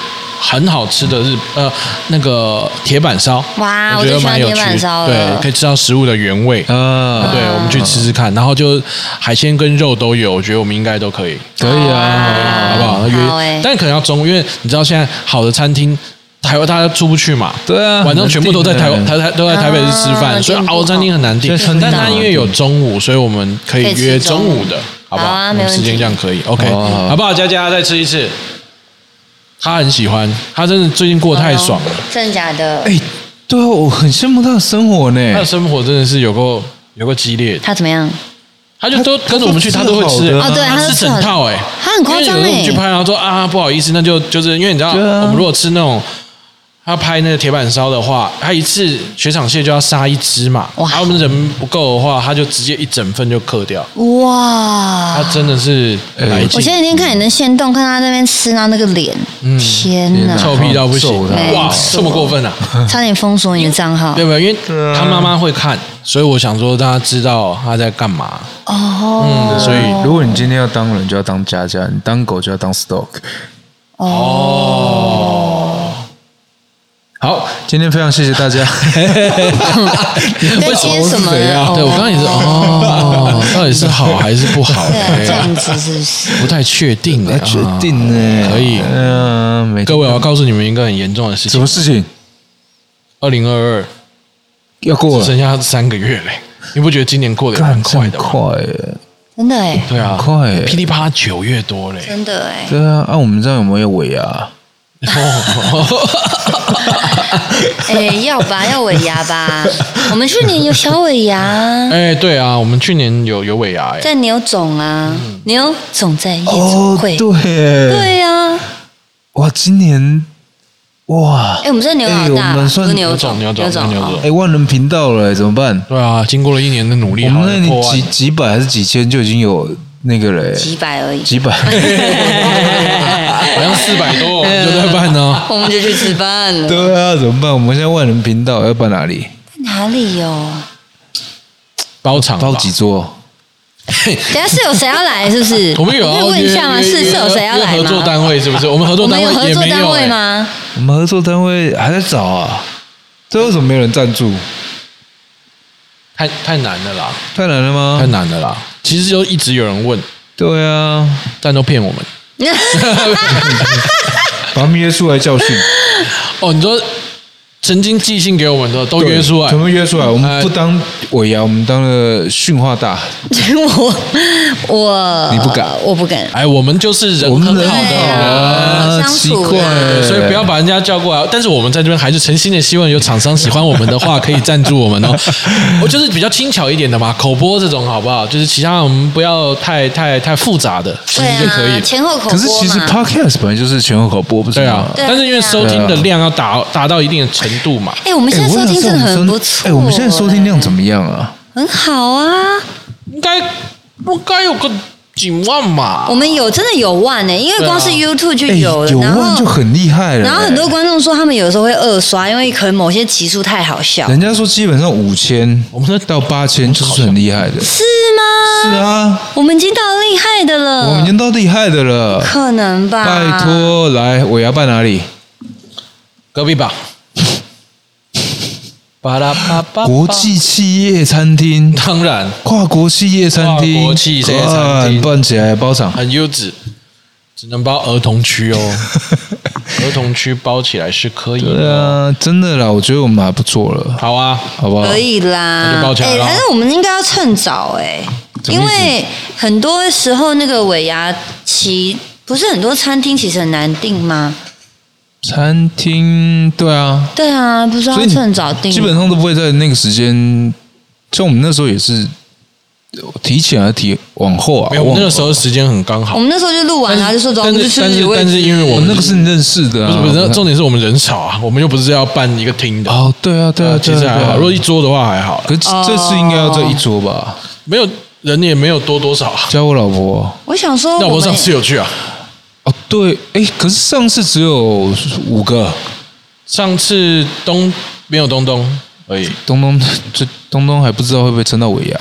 很好吃的日呃那个铁板烧，
哇我
我觉
最
得
喜欢
蛮有趣
铁板烧了
对，可以吃到食物的原味。
啊
对，我们去吃吃看，然后就海鲜跟肉都有，我觉得我们应该都可以。
可以
哇
啊，
好不好？约
好欸
但可能要中午，因为你知道现在好的餐厅。台湾大家出不去嘛？
对啊
晚上全部都在台
很难
台台都在台北市吃饭，
啊
所以
订不
熬餐厅很难订
现在餐。厅
但
很
它
难
因为有中午，所以我们可以
可以吃
约
中
中
午
午的，好不
好啊
我
没
们
问题
时间这样可以，OK，
好啊好啊
好不好？佳佳再吃一次，他很喜欢，他真的最近过得太爽了，
真的假的？
哎，对啊，我很羡慕他的生活
他
呢
哎的。生活真的是有够有够激烈的，
他怎么样？
他就都跟着我们去，
他
他
他
都
都
会
吃
吃欸
好的啊
哦对他都
吃
吃好
整
的
套哎，
他很夸张
因为有
哎
时候我们去。拍，然后说啊不好意思，那就就是因为你知道，
对啊
我们如果吃那种。他拍那个铁板烧的话，他一次雪场蟹就要杀一只嘛，
哇
然后我们人不够的话，他就直接一整份就克掉。
哇！
他真的是
哎
来劲
我前几天看你的线动，看他那边吃到那个脸，天哪，
嗯臭屁到不行
揍，他
没，
哇
错
这么过分啊！
差点封锁你的账号
对。吧？啊因为他妈妈会看，所以我想说大家知道他在干嘛。
哦，
嗯所以
如果你今天要当人，就要当家家；你当狗，就要当 stock。
哦，
好，今天非常谢谢大 家。
嗯
在接什么
我是谁
呢？
啊
哦
对我刚刚也是哦，到底是好还是不好？
对，啊这
哎
样子是不是？
不太确定，
来决定
啊
呢？
可以。
嗯，没
各位，我要告诉你们一个很严重的事
什么
情：
事情
二零二二
要过了？
剩下三个月嘞，你不觉得今年过得也蛮快的
干
吗？
快耶，
真的哎，
对啊，
很快耶
噼里啪啦九月多嘞。
真的哎，
啊对啊，按我们这样有没有尾牙？
哎、要 吧，要尾牙吧。我们去年有小尾牙，
哎，对啊，我们去年有有尾牙，哎，
在牛总啊，
嗯
牛总在夜总哎会。
哦
哦
对，
对呀、啊，
哇，今年哇，
哎、我们是牛老大
哎我
吧，
们算
不是牛总，
牛总
牛总，
牛总
哦
哎，万人频道了，怎么办？
对啊，经过了一年的努力，
我们
好
那
像
里
破万
几几百还是几千就已经有那个了，哎
几百而已。
几 百，
好像四百多，我们就在办呢。
我们就去吃饭了。
对啊，怎么办？我们现在万人频道要办哪里？
哪里有？
包场吧？
包几桌？
等下是有谁要来？是不是
我们有
我
要
可以问一
约
下吗？
约
是是有谁要
约
来
合作
吗？
单位是不是？我们合
我
作单
们
位
有合
也
作
没
单
有
位
哎
吗？
我们合作单位还在找啊，这为什么没有人赞助？
太太难了啦，
太难了
太
吗？
难了啦。其实就一直有人问，
对啊，
但都骗我们。
把他们约出来教训，
哦，你说曾经寄信给我们的都约出来，
全部约出来。我
哎
们不当尾牙，我们当了训话大。
我我
你不敢
我不敢。
哎，我们就是人
我
很
们人
好
对
的人。
啊
啊，
相
奇
处
怪
啊，
所以不要把人家叫过来，但是我们在这边还是诚心的希望有厂商喜欢我们的话，可以赞助我们哦。 我就是比较轻巧一点的嘛，口播这种好不好？就是其他我们不要太太太复杂的，其
对
实就可以
啊，。前后口
可是
播
其实
嘛。
podcast 本来就是前后口播，不是
对
吗
啊，？
对啊
但是因为收听的量要达达到一定的程度嘛，
哎，我们
哎
现在
我
收
想
听
知道
真的
我们收
很不错。
哎，我们现在收听量怎
么
么样啊？
很好啊？
应该应该有个几万吧
我。们有真的有万呢，因为
对啊
光是 YouTube 就
哎，
有了，
有
然
万就
后
很厉欸害了。
然后很多观众说他们有时候会二刷，因为可能某些集数太好笑，
人家说基本上五千，
我们在
到八千就是很厉害的。
是吗？
是啊，
我们已经到厉害的了，
我们已经到厉害的了。
可能吧？
拜，托，来尾牙办哪里？
隔壁 吧。巴拉巴巴巴
国际企业餐厅，
当然
跨国企业餐厅，
跨国企业餐厅
干办起来包场。
很优质，只能包儿童 区哦。儿童区包起来是可以
对
的。
啊，真的啦，我觉得我们还不错了，
好啊，
好不好？
可以啦
那就抱。歉
哎，
了
但是我们应该要趁早哎、
什
因
么意思
为很多时候那个尾牙期，不是很多餐厅其实很难订吗？
餐厅，对啊，
对啊，不是要
所以你
趁早订。
基本上都不会在那个时间。像我们那时候也是提前还是提往后啊？
没有，我
忘
那
了嗯
个时候时间很刚
我
好。
们那时候就录完了，就说走，我
但
们
是
就去
但
自己
是
位置
但是因为我
我
们
那个是你认识的、
不
啊，
是不是，那
我
重点是我们人少啊，我们又不是要办一个厅的。呃
哦，对啊，对啊，
其
对啊
实还好，如果
对
一
啊
桌的话还好啦，
可是这次应该要这一桌吧？
哦
没有人也没有多多少啊。
加我老婆
我想说，
那
我
我
们
上次有去啊，
哦，对，哎，可是上次只有五个，
上次东没有东东而已。
东东这东东还不知道会不会撑到尾牙？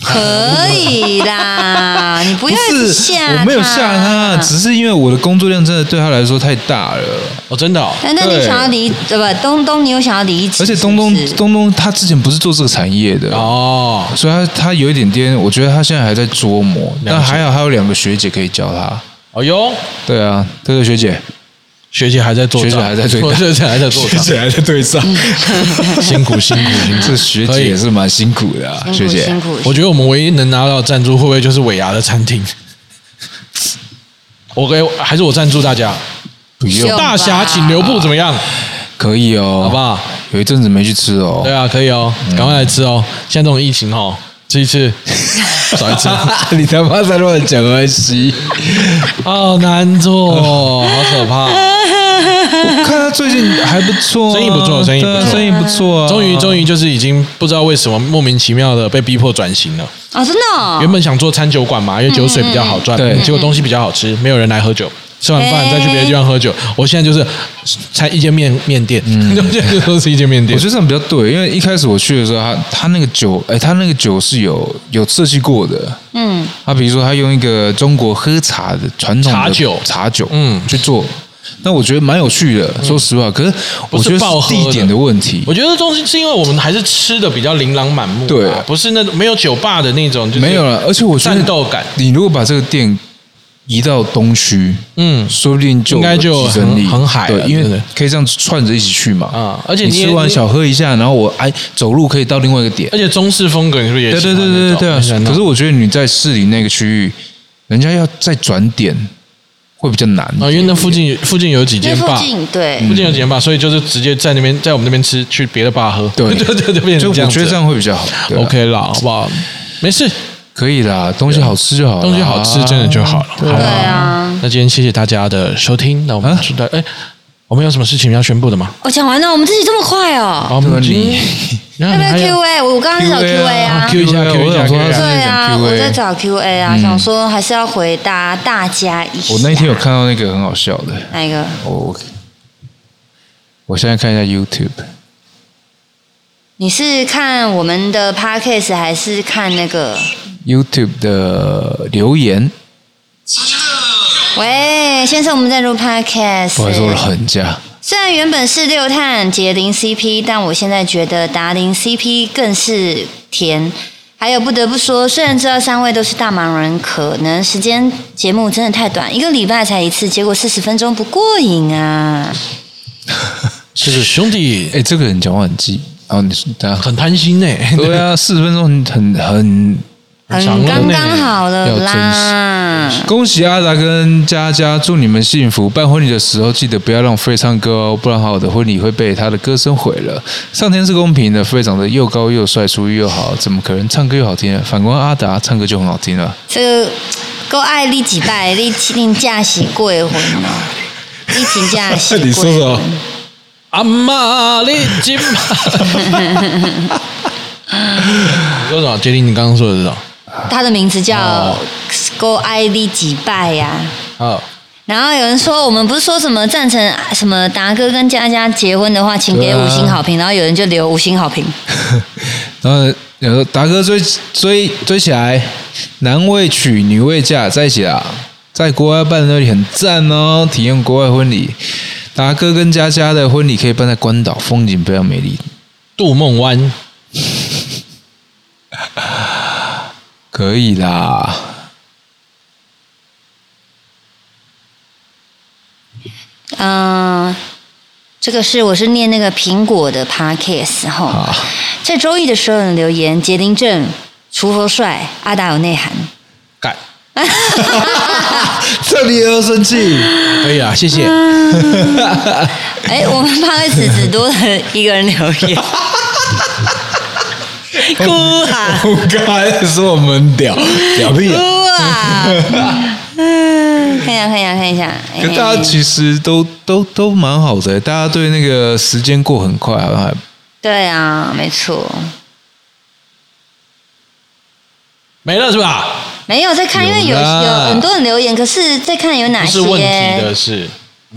可以啦， 你不要一直
是
吓，嗯
我没有吓他，只是因为我的工作量真的对他来说太大了，
哦，真的哦，
那那你
对
想要离对吧？东东，你有想要离职？
而且东东
是不嗯是
东东他之前不是做这个产业的。
哦
所以他他有一点点，我觉得他现在还在琢磨，但还好还有两个学姐可以教他。
哎呦，
对啊，对对，学姐，
学姐还在做账，
学姐还 在做账
学姐还在 做账，
还在对上，
嗯
辛苦辛苦辛苦。
这学姐也是蛮辛苦的、啊，学
辛苦
姐
辛。苦，
我觉得我们唯一能拿到的赞助，会不会就是尾牙的餐厅？ 我给还是我赞助大家，
不
不用
用，
大侠请留步怎么样？
可以哦，
好不好？
有一阵子没去吃哦。
对啊，可以哦，赶快来吃哦！现在这种疫情哦，吃一次 少一次，
你他妈在乱讲东西！
好难做哦， 好可怕哦！
我看他最近还不错啊、
生意不错生意不错
对啊生意不错啊。
终于，终于就是已经不知道为什么莫名其妙的被逼迫转型了。
啊，真的哦
原本想做餐酒馆嘛，因为酒水比较好赚，
嗯嗯嗯对
结果东西比较好吃，没有人来喝酒。吃完饭
哎
再去别的地方喝酒，我现在就是才一间面面店，我 现在就都是一间面
我
店
觉。得这样比较对，因为一开始我去的时候，他他那个酒，哎，他那个酒是有有设计过的。
嗯，
他比如说，他用一个中国喝茶的传统的
茶酒
茶酒，
嗯
嗯，去做。那我觉得蛮有趣的，说实话。可是我
不是
觉得
爆喝
是
的
地点的问题
我，觉得这东西是因为我们还是吃的比较琳琅满目啊，
对啊
不是那种没有酒吧的那种，就是
没有了。而且我觉得
战斗感，
你如果把这个店移到东区，
嗯
说不定就
应该就
有提升力
很很海了
对，因
真的
为可以这样串着一起去嘛。
啊而且你
你
也
吃完小喝一下，然后我哎走路可以到另外一个点
而。且中式风格你是不是也
对
喜
对
欢那
对对啊
种
对对啊！可是我觉得你在市里那个区域，人家要再转点，会比较难一点
啊，因为那附近附近有几
因为
间
附
坝，
近对，
嗯
附近有几间坝，所以就是直接在那边，在我们那边吃，去别的坝喝。
对
对对对，变成
就我
这样子。
觉得这样会比较好。对啊
OK 啦，好不好？没事，
可以啦，东西好吃就好啦，
东西好吃真的就好了，好
对
不好
对啊。
那今天谢谢大家的收听，那我们
啊
知道，哎，我们有什么事情要宣布的吗？
我哦讲完了，我们自己这么快哦，
好，我们
对
今
你
那
嗯
要
你
不要
还有
Q A？我刚刚在找 Q A 啊。
Q 一下，Q 一
我
下
想说他
，Q 一下
是
对啊，
哦 Q A 嗯
我在找 Q A 啊，想说还是要回答大家一下。
我那天有看到那个很好笑的，
哪一个？
我哦我我现在看一下 YouTube，
你是看我们的 podcast 还是看那个？
YouTube 的留言，
喂，先生，我们在录 podcast。
不好意思，我的狠价，
虽然原本是六碳结零 CP，但我现在觉得达零 CP 更是甜。还有不得不说，虽然知道三位都是大忙人，可能时间节目真的太短，一个礼拜才一次，结果四十分钟不过瘾啊！
这个兄弟
哎、这个人讲话很急，然后你说大家，
很贪心呢，
对啊，四十分钟很很很，
很
长了
刚
呢
刚好了
要珍惜
啦。
恭喜阿达跟佳佳，祝你们幸福。办婚礼的时候记得不要让 Frey 唱歌哦，不然好的婚礼会被他的歌声毁了。上天是公平的，Frey 长得又高又帅，厨艺又好，怎么可能唱歌又好听呢？反观阿达，唱歌就很好听了。
这个够爱你几拜，你一定嫁是过婚哦，你请嫁是
你
过
说
婚。
什么
阿妈你金马，你说什么？杰林，你刚刚说的是什么？
他的名字叫
哦
够爱你几拜呀、
啊，
然后有人说，我们不是说什么赞成什么达哥跟佳佳结婚的话，请给
对啊
五星好评。然后有人就留五星好评，
然后有说达哥追追追起来，男未娶女未嫁，在一起啦，在国外办的婚礼很赞哦，体验国外婚礼。达哥跟佳佳的婚礼可以办在关岛，风景非常美丽。
杜梦湾，
可以啦，
嗯、这个是我是念那个苹果的 podcast 哈。
啊，
在周一的时候有人留言，杰林正、厨佛帅、阿达有内涵，
改
这里也有生气，
可以啊，谢谢。
哎，我们 podcast 只多了一个人留言，哭啊！
我刚才说我们屌屌屁
哭啊！嗯，看一下，看一下，看一下。
可大家
哎
其实都都都蛮好的，大家对那个时间过很快，好像还
对啊，没错。
没了是吧？
没有在看，因为有
有啦
有很多人留言，可是在看有哪
不
些
是问题的是，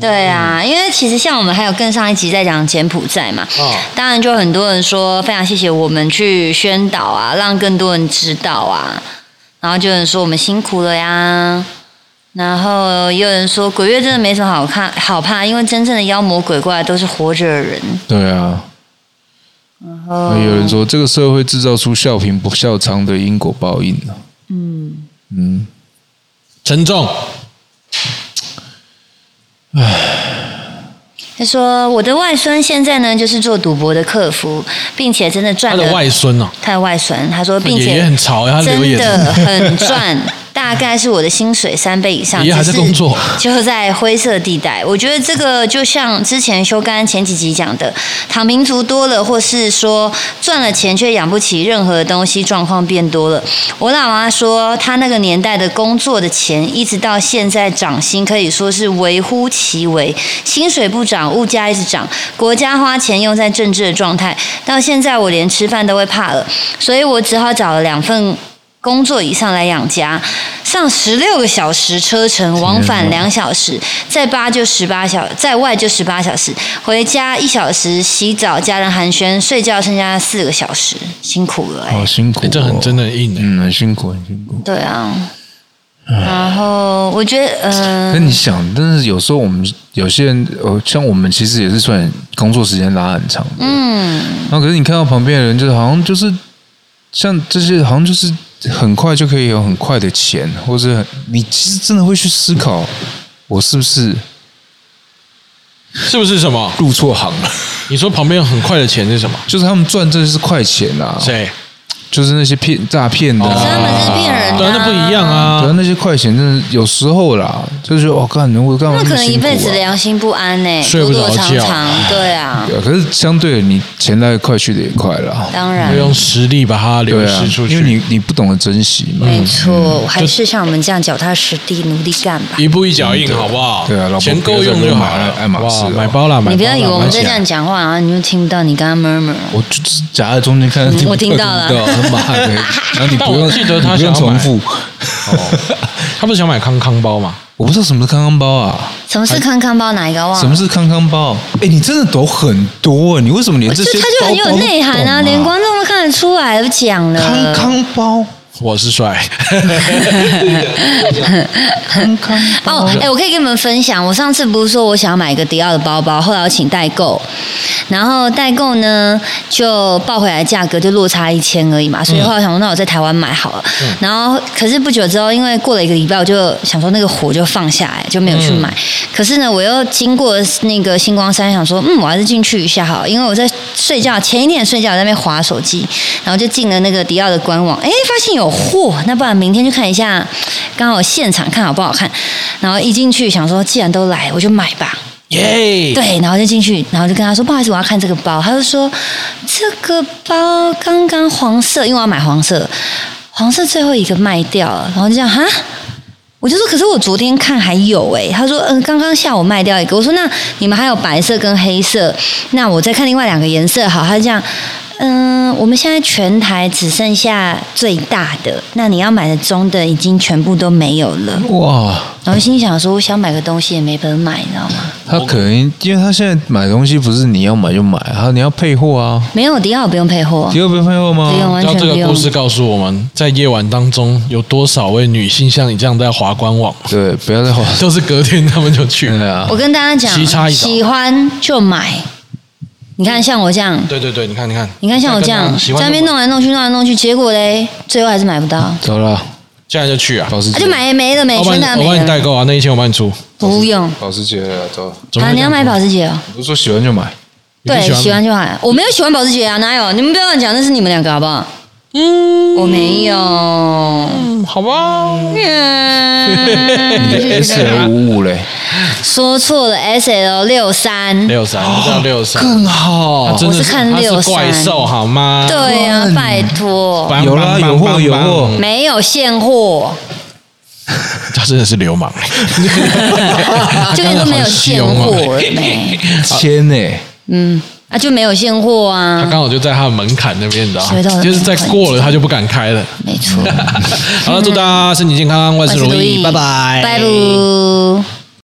对啊，因为其实像我们还有更上一集在讲柬埔寨嘛，
哦
当然就很多人说非常谢谢我们去宣导啊，让更多人知道啊，然后就有人说我们辛苦了呀，然后也有人说鬼月真的没什么好看好怕，因为真正的妖魔鬼怪都是活着的人。
对啊。
然后
那有人说，这个社会制造出笑贫不笑娼的因果报应呢、嗯
沉重。
他说我的外孙现在呢就是做赌博的客服，并且真的
他
赚
的
了
外孙哦，
他的外孙，他说，并且
爷爷很潮他留
真
言
的很赚，大概是我的薪水三倍以上。
爷爷还在
只是
工作
就在灰色地带。我觉得这个就像之前修干前几集讲的，躺平族多了，或是说赚了钱却养不起任何东西，状况变多了。我老妈说，她那个年代的工作的钱，一直到现在涨薪，可以说是微乎其微，薪水不涨，物价一直涨，国家花钱用在政治的状态，到现在我连吃饭都会怕了，所以我只好找了两份。工作以上来养家，上十六个小时车程，往返两小时，在八就十八小，在外就十八小时，回家一小时，洗澡，家人寒暄，睡觉，剩下四个小时，辛苦了哎、
好辛苦、哦
欸这很真的很硬欸
嗯，很辛苦，很辛苦。
对啊，然后我觉得，嗯、
那你想，但是有时候我们有些人，呃，像我们其实也是算工作时间拉很长的，
嗯，
然后可是你看到旁边的人，就是好像就是像这些，好像就是很快就可以有很快的钱，或者很你其实真的会去思考，我是不是
是不是什么？
入错行了？
你说旁边有很快的钱是什么？
就是他们赚这是快钱啊，
谁？
就是那些骗诈骗的、啊，
所以他们是骗人钱
对啊，
的、
那不一样啊
对啊，。那些快钱真的有时候啦，就是我干，我干嘛
那可
么
能
辛苦啊
一辈子良心不安呢、
睡
躲
不
躲
着
藏
觉
藏，对啊，
对啊可是相对的你钱来得快去的也快啦，
当然
要。用实力把它流
对啊
失出，去，
因为你你不懂得珍惜嘛。
没错，还是像我们这样脚踏实地努力干吧。
一步一脚印，好不好？
对啊老婆
钱够用就好了。
爱马仕
好不好
哦
买包啦，买包啦
你不要以为我们在这
买起
样
来
讲话，然后你就听不到你刚刚 murmur。
我就是夹在中间看，
嗯我听到了
对啊他妈的，然后你
但
不
我
用
记得他
你不用
想要买哦
重复。
他不是想买康康包吗？
我不知道什么是康康包啊，
什么是康康包？哪一个忘
什么
了？
是康康包？哎，你真的懂很多，你为什么连
就
这些
他就很
包
有
包都
内涵
懂
啊，
啊？
连观众都看得出来，都讲了。
康康包，
我是帅，
康康包
哦，哎、我可以跟你们分享，我上次不是说我想要买一个迪奥的包包，后来我请代购，然后代购呢就报回来价格就落差一千而已
嗯
嘛，所以后来想说那我在台湾买好了。然后可是不久之后，因为过了一个礼拜，我就想说那个火就放下来，就没有去
嗯
买。可是呢，我又经过那个星光山，想说嗯，我还是进去一下好了，因为我在睡觉前一天睡觉我在那边划手机，然后就进了那个迪奥的官网，哎，发现有货，那不然明天去看一下，刚好现场看好不好看。然后一进去想说，既然都来，我就买吧。
耶！
对，然后就进去，然后就跟他说：“不好意思，我要看这个包。”他就说：“这个包刚刚黄色，因为我要买黄色，黄色最后一个卖掉了。”然后就这样哈。我就说，可是我昨天看还有诶、他说，嗯、刚刚下午卖掉一个。我说，那你们还有白色跟黑色，那我再看另外两个颜色好。他就这样，嗯、我们现在全台只剩下最大的，那你要买的中的已经全部都没有了。
哇，
然后心想说，我想买个东西也没本买，你知道吗？
他可能因为他现在买东西不是你要买就买，他你要配货啊，
没有迪奥不用配货，
你有没有配货吗？
不用完
知道
全
嗯这
不
个
用
故。事告诉我们，在夜晚当中有多少位女性像你这样在华官网，
对，不要再花。
都是隔天他们就去。
对啊
我，跟大家
奇差
讲，
一种
喜欢就买。你看像我这样，
对对对，你看你看，
你看像我这样
喜，欢
在
就
那边
买，
弄来弄去弄来弄去，结果嘞，最后还是买不到，啊
走了，
现在就去啊！
保时捷，
就买没了没，
我帮
全
你
打
哦我
没
帮你代
了，
购啊，那一千我帮你出。
不用
保时捷了，走了。
怎
啊！
么会
你
这
要
样
买保时捷哦。
你不是说喜欢就买？
你不
对，喜
喜欢
欢就买。我没有喜欢保时捷啊，哪有？你们不要乱讲，那是你们两个好不好？嗯，我没有。
嗯，好吧。
嗯
S L 五五嘞，
说错了，S L 六三。
六三，你知道六三，
更好
他真的
我是看
他是
63
怪兽好吗？
对呀、啊，拜托。
棒，
有啦
棒
有货有，货
棒棒
没有现货，
他真的是流氓。
就跟你说没有现货
他刚好啊很
了没，
千呢？
嗯啊就没有现货
他
啊，
刚好就在他的门槛那边，你知道
学到
吗，
了
就是在过了他就不敢开了。
没错，
好了，祝大家身体健康，万事如意，拜拜，
拜拜。